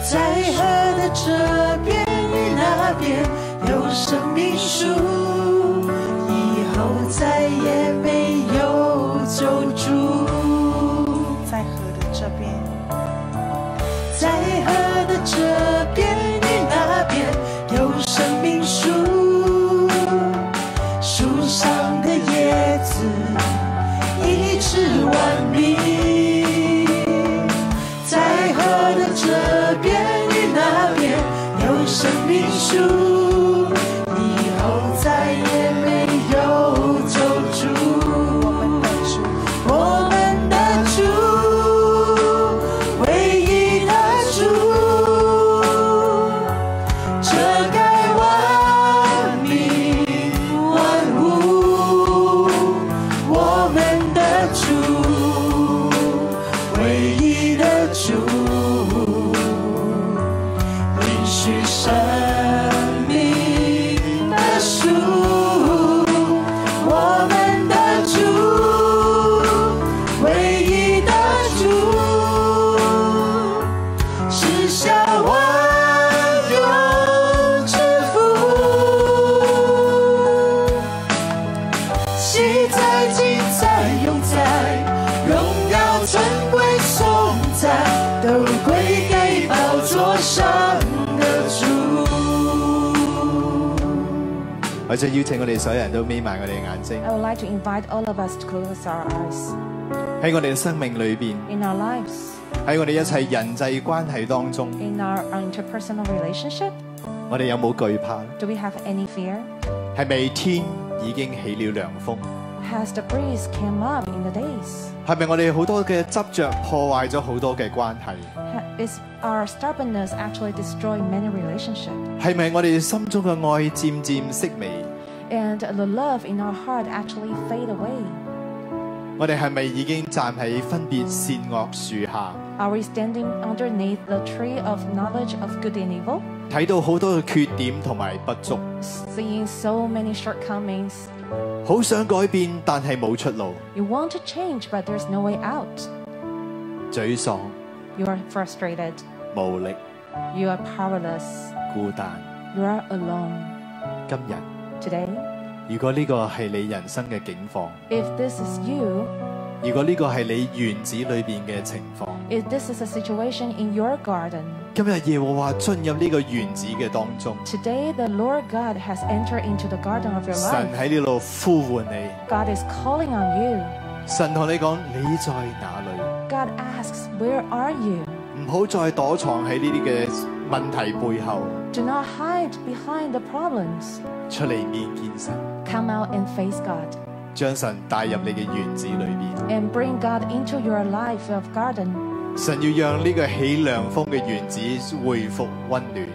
Speaker 4: 在河的这边与那边有生命树，以后再也没有救助。
Speaker 5: 在河的这边，
Speaker 4: 在河的这边与那边有生命树，树上的叶子一直顽皮。在河的这边与那边有生命树，以后再也没有救助。我们的主，唯一的主，遮盖万民万物。我们的主，唯一的主，允许生命的树。我们的主，唯一的主，是下万有之父。昔在、今在、永在，荣耀、尊贵、颂赞，都归给宝座上的主。
Speaker 1: 或者邀請我哋所有人都眯埋我哋嘅眼睛，
Speaker 2: I would like to invite all of us to close our eyes
Speaker 1: 喺我哋嘅生命裏边，
Speaker 2: in our lives,
Speaker 1: 喺我哋一切人際關係當中，
Speaker 2: in our, our interpersonal relationship.
Speaker 1: 我哋有冇惧怕？
Speaker 2: Do we have any fear?
Speaker 1: 係咪天已經起了涼風？
Speaker 2: Has the breeze come up in the days?
Speaker 1: 係咪我哋好多嘅執着破壞咗好多嘅關係？
Speaker 2: Ha- Is our stubbornness actually destroying many relationships?
Speaker 1: 係咪我哋心中嘅愛漸漸熄微？
Speaker 2: And the love in our heart actually fade away?
Speaker 1: 我哋係咪已經站喺分別善惡樹下，
Speaker 2: Are we standing underneath the tree of knowledge of good and evil,
Speaker 1: 睇到好多嘅缺點同埋不足，
Speaker 2: seeing so many shortcomings?
Speaker 1: 好想改變但係冇出路，
Speaker 2: You want to change, but there's no way out.
Speaker 1: 沮喪、
Speaker 2: You are frustrated.
Speaker 1: 無力、
Speaker 2: You are powerless.
Speaker 1: 孤單。
Speaker 2: You are alone.
Speaker 1: 今日，
Speaker 2: Today,
Speaker 1: 如果呢個係你人生嘅境況，
Speaker 2: if this is you,
Speaker 1: 如果呢個係你原子裏邊嘅情況，
Speaker 2: if this is a situation in your garden,
Speaker 1: 今日耶和華進入呢個原子嘅當中，
Speaker 2: today the Lord God has entered into the garden of your
Speaker 1: 神
Speaker 2: life.
Speaker 1: 喺呢度呼喚你，
Speaker 2: God is calling on you.
Speaker 1: 神同你講：你在哪裏？
Speaker 2: God asks, Where are you?
Speaker 1: 唔好再躲藏喺呢啲嘅問題背後，
Speaker 2: Do not hide behind the problems.
Speaker 1: 出嚟面見神。
Speaker 2: Come out and face God
Speaker 1: 將神帶入你嘅園子裏邊。
Speaker 2: and bring God into your life of garden.
Speaker 1: 神要讓呢個起涼風嘅園子恢復温暖，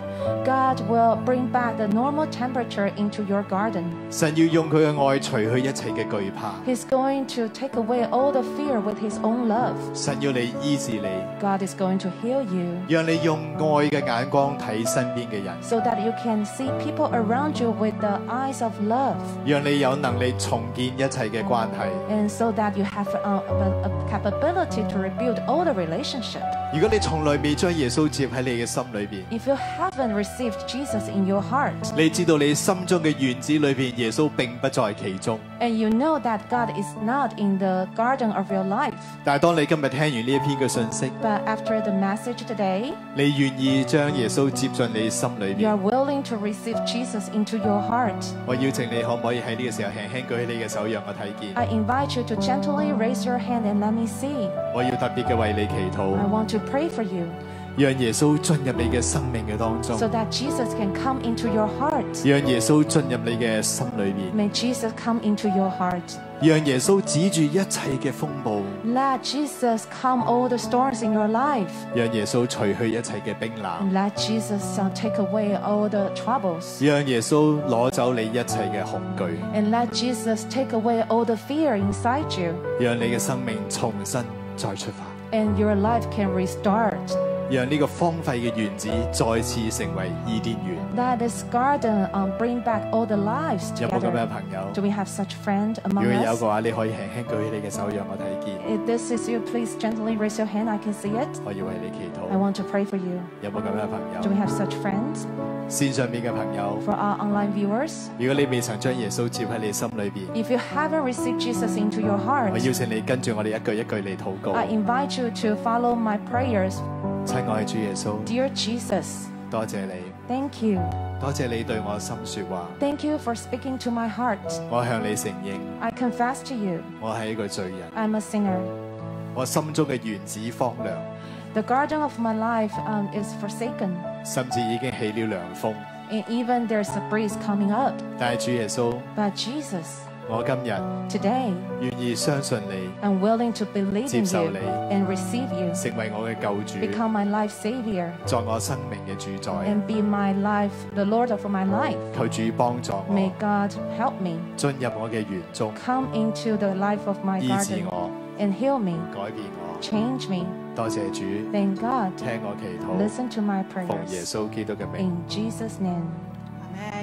Speaker 2: God will bring back the normal temperature into your garden.
Speaker 1: 神要用佢嘅愛除去一切嘅懼怕，
Speaker 2: He's going to take away all the fear with His own love.
Speaker 1: 神要你醫治你，
Speaker 2: God is going to heal you
Speaker 1: 讓你用愛嘅眼光睇身邊嘅人，
Speaker 2: so that you can see people around you with the eyes of love
Speaker 1: 讓你有能力重建一切嘅關係。
Speaker 2: and so that you have uh, a, a capability to rebuild all the relationship.
Speaker 1: 如果你從來未將耶穌接喺你嘅心裏邊，
Speaker 2: If you haven't received Jesus in your heart
Speaker 1: 你知道你心中嘅院子裏邊，耶穌並不在其中。
Speaker 2: and you know that God is not in the garden of your life,
Speaker 1: 但係當你今日聽完呢一篇嘅信息，
Speaker 2: but after the message today,
Speaker 1: 你願意將耶穌接進你心裏邊
Speaker 2: you are，willing to receive Jesus into your heart.
Speaker 1: 我邀請你可唔可以喺呢個時候輕輕舉起你嘅手，讓我睇見。
Speaker 2: I invite you to gently raise your hand and let me see.
Speaker 1: 我要特別嘅為你祈
Speaker 2: I
Speaker 1: 禱，
Speaker 2: want to pray for you
Speaker 1: 讓耶穌進入你嘅生命嘅當中
Speaker 2: so，that Jesus can come into your heart.
Speaker 1: 讓耶穌進入你嘅心裏邊，
Speaker 2: May Jesus come into your heart.
Speaker 1: 讓耶穌指住一切嘅風暴，
Speaker 2: Let Jesus calm all the storms in your life
Speaker 1: 讓耶穌除去一切嘅冰冷，
Speaker 2: and let Jesus uh, take away all the troubles
Speaker 1: 讓耶穌攞走你一切嘅恐懼，
Speaker 2: and let Jesus take away all the fear inside you
Speaker 1: 讓你嘅生命重新再出發，
Speaker 2: and your life can restart.
Speaker 1: 讓呢個荒廢嘅園子再次成為伊甸園。
Speaker 2: Let this garden um, bring back all the lives
Speaker 1: 有冇咁樣嘅
Speaker 2: together.
Speaker 1: 朋友
Speaker 2: Do？we have such friend
Speaker 1: 如果
Speaker 2: among
Speaker 1: 有
Speaker 2: us?
Speaker 1: 嘅話，你可以輕輕舉起你嘅手，讓我睇見。
Speaker 2: If this is you, please gently raise your hand. I can see it.
Speaker 1: 我要為你祈
Speaker 2: I
Speaker 1: 禱。
Speaker 2: want to pray for you.
Speaker 1: 有冇咁樣嘅朋
Speaker 2: Do
Speaker 1: 友
Speaker 2: we？have such friends?
Speaker 1: 線上面嘅朋友，
Speaker 2: For our online viewers,
Speaker 1: 如果你未曾將耶穌接喺你心裏邊，
Speaker 2: if you haven't received Jesus into your heart,
Speaker 1: 我邀請你跟住我哋一句一句嚟禱告。
Speaker 2: I invite you to follow my prayers.
Speaker 1: 親愛嘅主耶穌，
Speaker 2: Dear Jesus,
Speaker 1: 多謝你，
Speaker 2: thank you.
Speaker 1: 多謝你對我心説話。
Speaker 2: Thank you for speaking to my heart.
Speaker 1: 我向你承認，
Speaker 2: I confess to you,
Speaker 1: 我係一個罪人，
Speaker 2: I'm a sinner.
Speaker 1: 我心中嘅原子荒涼，
Speaker 2: The garden of my life um, is forsaken,
Speaker 1: 甚至已經起了涼風。
Speaker 2: and even there's a breeze coming up.
Speaker 1: 但係主耶穌，
Speaker 2: But Jesus,
Speaker 1: 我今日
Speaker 2: today,
Speaker 1: 願意相信你，
Speaker 2: I'm willing to believe in you
Speaker 1: 接受你。
Speaker 2: and receive you.
Speaker 1: 成為我嘅救主，
Speaker 2: Become my life savior
Speaker 1: 作我生命嘅主宰。
Speaker 2: and be my life, the Lord of my life.
Speaker 1: 求主幫助
Speaker 2: May
Speaker 1: 我
Speaker 2: God help me
Speaker 1: 進入我嘅園中，
Speaker 2: come into the life of my
Speaker 1: 醫治
Speaker 2: garden
Speaker 1: 我，
Speaker 2: and heal me,
Speaker 1: 改變我。
Speaker 2: change me.
Speaker 1: 多謝主。
Speaker 2: Thank God.
Speaker 1: 聽我祈禱，
Speaker 2: Listen to my
Speaker 1: 奉耶
Speaker 2: prayers.
Speaker 1: 穌基督嘅名。
Speaker 2: In Jesus' name.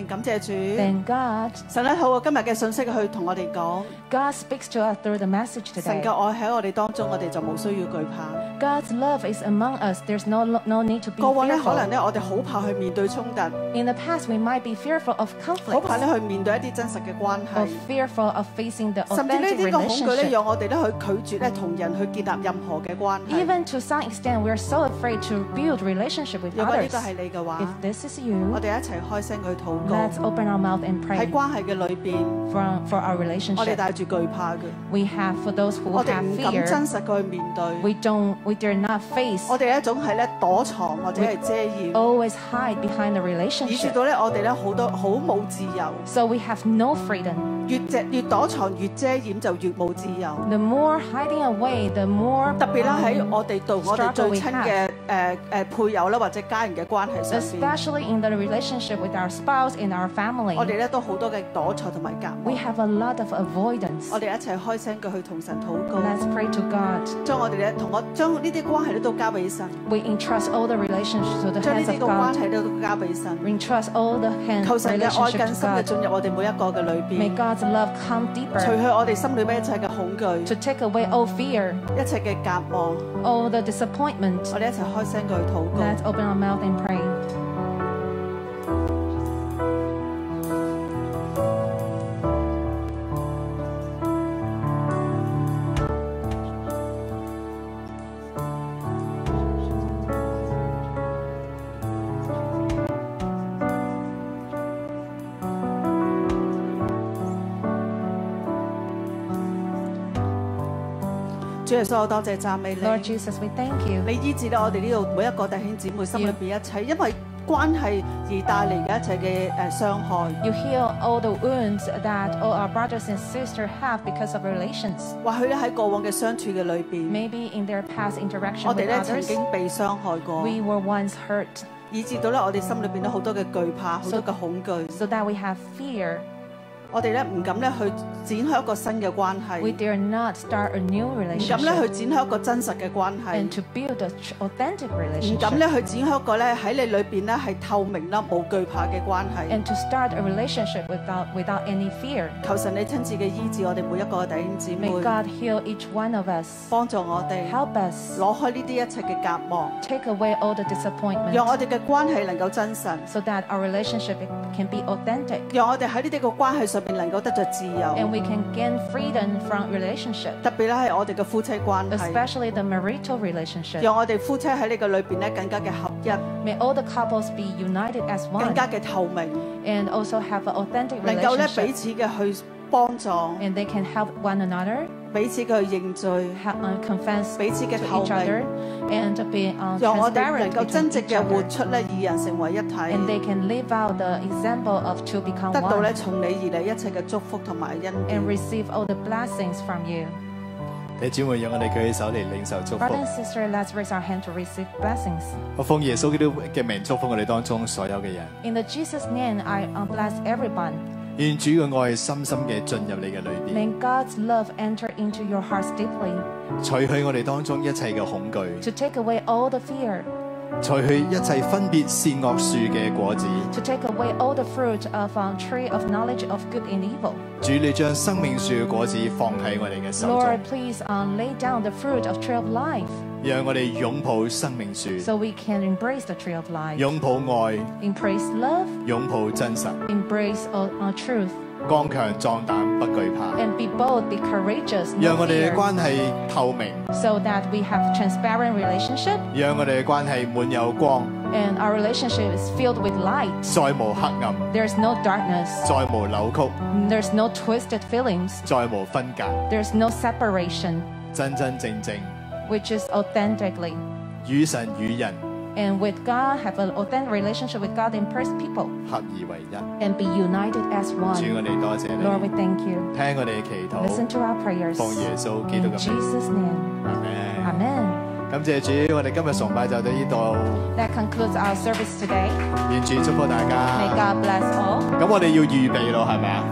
Speaker 4: 感謝主。
Speaker 2: Thank God.
Speaker 4: 神咧透過今日嘅信息去同我哋講，
Speaker 2: God speaks to us through the message
Speaker 4: 神
Speaker 2: today.
Speaker 4: 嘅愛喺我哋當中，我哋就冇需要懼怕。
Speaker 2: God's love is among us. There's no no need to be
Speaker 4: 過往咧可能
Speaker 2: fearful.
Speaker 4: 咧我哋好怕去面對衝突，
Speaker 2: In the past, we might be fearful of
Speaker 4: 好怕
Speaker 2: conflicts
Speaker 4: 咧去面對一啲真實嘅關
Speaker 2: or
Speaker 4: 係，
Speaker 2: fearful of facing the
Speaker 4: 甚至呢
Speaker 2: authentic
Speaker 4: 啲嘅恐懼咧，
Speaker 2: relationship.
Speaker 4: 讓我哋咧去拒絕咧同人去建立任何嘅關係。
Speaker 2: Even to some extent, we are so afraid to build relationship with
Speaker 4: 如果呢
Speaker 2: others.
Speaker 4: 個係你嘅話，
Speaker 2: If this is
Speaker 4: 我
Speaker 2: you,
Speaker 4: 哋一齊開聲去禱告。
Speaker 2: let's open our mouth and
Speaker 4: 喺
Speaker 2: pray
Speaker 4: 關係嘅裏邊，
Speaker 2: for, for our
Speaker 4: 我哋
Speaker 2: relationship.
Speaker 4: 帶住懼怕嘅，
Speaker 2: We have for those who
Speaker 4: 我哋唔
Speaker 2: have
Speaker 4: 敢真
Speaker 2: fear,
Speaker 4: 實嘅去面對，
Speaker 2: we don't, we dare not face.
Speaker 4: 我哋一種係咧躲藏或者係遮掩。
Speaker 2: Always hide behind the
Speaker 4: 以至
Speaker 2: relationship,
Speaker 4: 到咧，我哋咧好多好冇自由，
Speaker 2: so we have no freedom.
Speaker 4: 越遮越躲藏越遮掩就越冇自由。
Speaker 2: The more hiding away, the more
Speaker 4: 特別咧
Speaker 2: um,
Speaker 4: 喺我哋對我哋最親嘅誒誒配偶啦或者家人嘅關係上邊，
Speaker 2: especially in the relationship with our spouse and our family,
Speaker 4: 我哋咧都好多嘅躲藏同埋隔
Speaker 2: we
Speaker 4: 膜。
Speaker 2: have a lot of avoidance.
Speaker 4: 我哋一齊開聲嘅去同神禱告，
Speaker 2: Let's pray to God.
Speaker 4: 將我哋咧同我將呢啲關係咧都交俾神，
Speaker 2: We entrust all the relationships to the
Speaker 4: 將呢
Speaker 2: hands
Speaker 4: 啲
Speaker 2: of
Speaker 4: 個關
Speaker 2: God.
Speaker 4: 係咧都交俾神。
Speaker 2: We entrust all the hand
Speaker 4: 求神嘅愛
Speaker 2: relationship
Speaker 4: 更
Speaker 2: to
Speaker 4: 深嘅
Speaker 2: God.
Speaker 4: 進入我哋每一個嘅裏
Speaker 2: May
Speaker 4: 邊，
Speaker 2: God's love come
Speaker 4: 除
Speaker 2: deeper
Speaker 4: 去我哋心裏邊一切嘅恐懼，
Speaker 2: to take away all fear,
Speaker 4: 一切嘅隔膜。
Speaker 2: all the disappointment.
Speaker 4: 我哋一齊開聲嘅去禱告。
Speaker 2: Let's open our mouth and pray.
Speaker 4: 主耶穌，我多謝讚美你。
Speaker 2: Lord Jesus, we thank you.
Speaker 4: 你醫治咧我哋呢度每一個弟兄姊妹心裏邊一切，因為關係而帶嚟嘅一切嘅誒傷害。
Speaker 2: You heal all the wounds that all our brothers and sisters have because of relations.
Speaker 4: 或許咧喺過往嘅相處嘅裏邊，
Speaker 2: Maybe in their past interaction
Speaker 4: 我哋
Speaker 2: with
Speaker 4: 咧曾
Speaker 2: others,
Speaker 4: 經被傷害過，
Speaker 2: we were once hurt.
Speaker 4: 以至到咧我哋心裏邊咧好多嘅懼怕，好多嘅恐懼，
Speaker 2: so that we have fear.
Speaker 4: 我哋咧唔敢咧去展開一個新嘅關
Speaker 2: We
Speaker 4: 係，
Speaker 2: dare not start a new
Speaker 4: 唔敢咧
Speaker 2: relationship
Speaker 4: 去展開一個真實嘅關
Speaker 2: and
Speaker 4: 係，
Speaker 2: to build an authentic
Speaker 4: 唔敢咧
Speaker 2: relationship
Speaker 4: 去展開一個咧喺你裏邊咧係透明啦、冇懼怕嘅關係。
Speaker 2: and to start a relationship without, without any fear.
Speaker 4: 求神你親自嘅醫治我哋每一個弟兄姊
Speaker 2: May
Speaker 4: 妹，
Speaker 2: God heal each one of us.
Speaker 4: 幫助我哋
Speaker 2: Help us
Speaker 4: 攞開呢啲一切嘅隔膜，
Speaker 2: take away all the disappointment
Speaker 4: 讓我哋嘅關係能夠真神，
Speaker 2: so that our relationship can be authentic
Speaker 4: 讓我哋喺呢啲嘅關係上面能夠得着自由
Speaker 2: and。we can gain freedom from relationship,
Speaker 4: 特別咧係我哋嘅夫妻關係，
Speaker 2: especially the marital relationship.
Speaker 4: 讓我哋夫妻喺呢個裏邊咧更加嘅合一，
Speaker 2: May all the couples be united as
Speaker 4: 更
Speaker 2: one
Speaker 4: 加嘅透明，
Speaker 2: and also have an authentic
Speaker 4: 能夠咧彼
Speaker 2: relationship
Speaker 4: 此嘅去幫助，
Speaker 2: and they can help one another,
Speaker 4: 彼此嘅去認罪，
Speaker 2: ha- uh, confess to
Speaker 4: 彼此嘅透
Speaker 2: each
Speaker 4: 明
Speaker 2: other，and to be uh,
Speaker 4: 讓我哋能
Speaker 2: transparent
Speaker 4: 夠真
Speaker 2: between
Speaker 4: 正
Speaker 2: each
Speaker 4: 嘅活
Speaker 2: other.
Speaker 4: 出咧二人成為一
Speaker 2: And they
Speaker 4: 體，
Speaker 2: can live out the example of to become
Speaker 4: 得到咧
Speaker 2: one
Speaker 4: 從你而嚟一切嘅祝福同埋恩
Speaker 2: and
Speaker 4: 典。
Speaker 2: receive all the blessings from you.
Speaker 1: 弟兄姊妹，讓我哋舉起手嚟領受祝
Speaker 2: Brother and
Speaker 1: 福。
Speaker 2: sister, let's raise our hand to receive blessings.
Speaker 1: 我奉耶穌基督嘅名祝福我哋當中所有嘅人。
Speaker 2: In the Jesus name, I uh, bless everyone.
Speaker 1: 願主嘅愛深深嘅進入你嘅裏邊，
Speaker 2: May God's love enter into your hearts deeply
Speaker 1: 除去我哋當中一切嘅恐懼，
Speaker 2: to take away all the fear,
Speaker 1: 除去一切分別善惡樹嘅果子。
Speaker 2: to take away all the fruit of um, tree of knowledge of good and evil.
Speaker 1: 主，你將生命樹嘅果子放喺我哋嘅手中
Speaker 2: Lord,，please um, lay down the fruit of tree of life
Speaker 1: 讓我哋擁抱生命樹，
Speaker 2: so we can embrace the tree of life,
Speaker 1: 擁抱愛，
Speaker 2: embrace love,
Speaker 1: 擁抱真實，
Speaker 2: embrace all, uh, truth,
Speaker 1: 剛強壯膽，不懼怕。
Speaker 2: and be bold, be courageous,
Speaker 1: 讓
Speaker 2: no
Speaker 1: 我哋嘅
Speaker 2: fear,
Speaker 1: 關係透明，
Speaker 2: so that we have transparent relationship
Speaker 1: 讓我哋嘅關係滿有光，
Speaker 2: and our relationship is filled with light.
Speaker 1: 再無黑暗，
Speaker 2: There's no darkness.
Speaker 1: 再無扭曲，
Speaker 2: There's no twisted feelings.
Speaker 1: 再無分隔，
Speaker 2: There's no separation,
Speaker 1: 真真正正
Speaker 2: which is authentically.
Speaker 1: 與神與人
Speaker 2: And with God, have an authentic relationship with God and first people
Speaker 1: 合而為一。
Speaker 2: and be united as
Speaker 1: 主，
Speaker 2: one.
Speaker 1: 我哋多謝
Speaker 2: Lord, we
Speaker 1: 你，
Speaker 2: thank you.
Speaker 1: 聽我哋嘅祈
Speaker 2: Listen
Speaker 1: 禱，
Speaker 2: to our prayers.
Speaker 1: 奉耶穌基督
Speaker 2: In
Speaker 1: 嘅名，
Speaker 2: Jesus' name.
Speaker 1: 阿門。
Speaker 2: Amen.
Speaker 1: 感謝主，我哋今日崇拜就到呢度，
Speaker 2: That concludes our service today.
Speaker 1: 願主祝福大
Speaker 2: May
Speaker 1: 家。
Speaker 2: God bless all.
Speaker 1: 咁我哋要預備咯，係咪啊？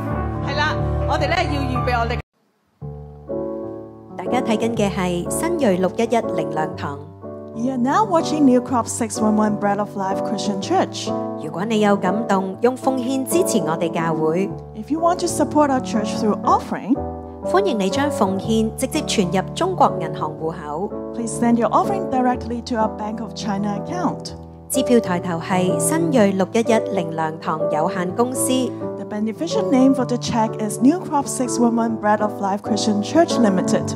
Speaker 4: 係啦，我哋咧要預備我哋。
Speaker 5: 大家睇緊嘅係新锐六一一靈糧堂。
Speaker 6: You are now watching New Crop 611 Bread of Life Christian Church.
Speaker 5: 如果你有感動，用奉獻支持我哋教會，
Speaker 6: If you want to support our church through offering,
Speaker 5: 歡迎你將奉獻直接存入中國銀行户口。
Speaker 6: please send your offering directly to our Bank of China account.
Speaker 5: 支票抬頭係新锐六一一靈糧堂有限公司，
Speaker 6: The beneficial name for the check is New Crop 611 Bread of Life Christian Church Limited.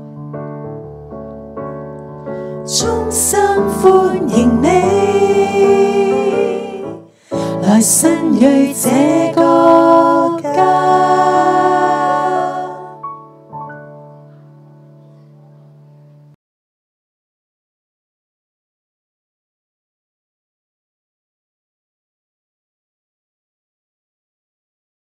Speaker 4: 衷心歡迎你，來新锐這個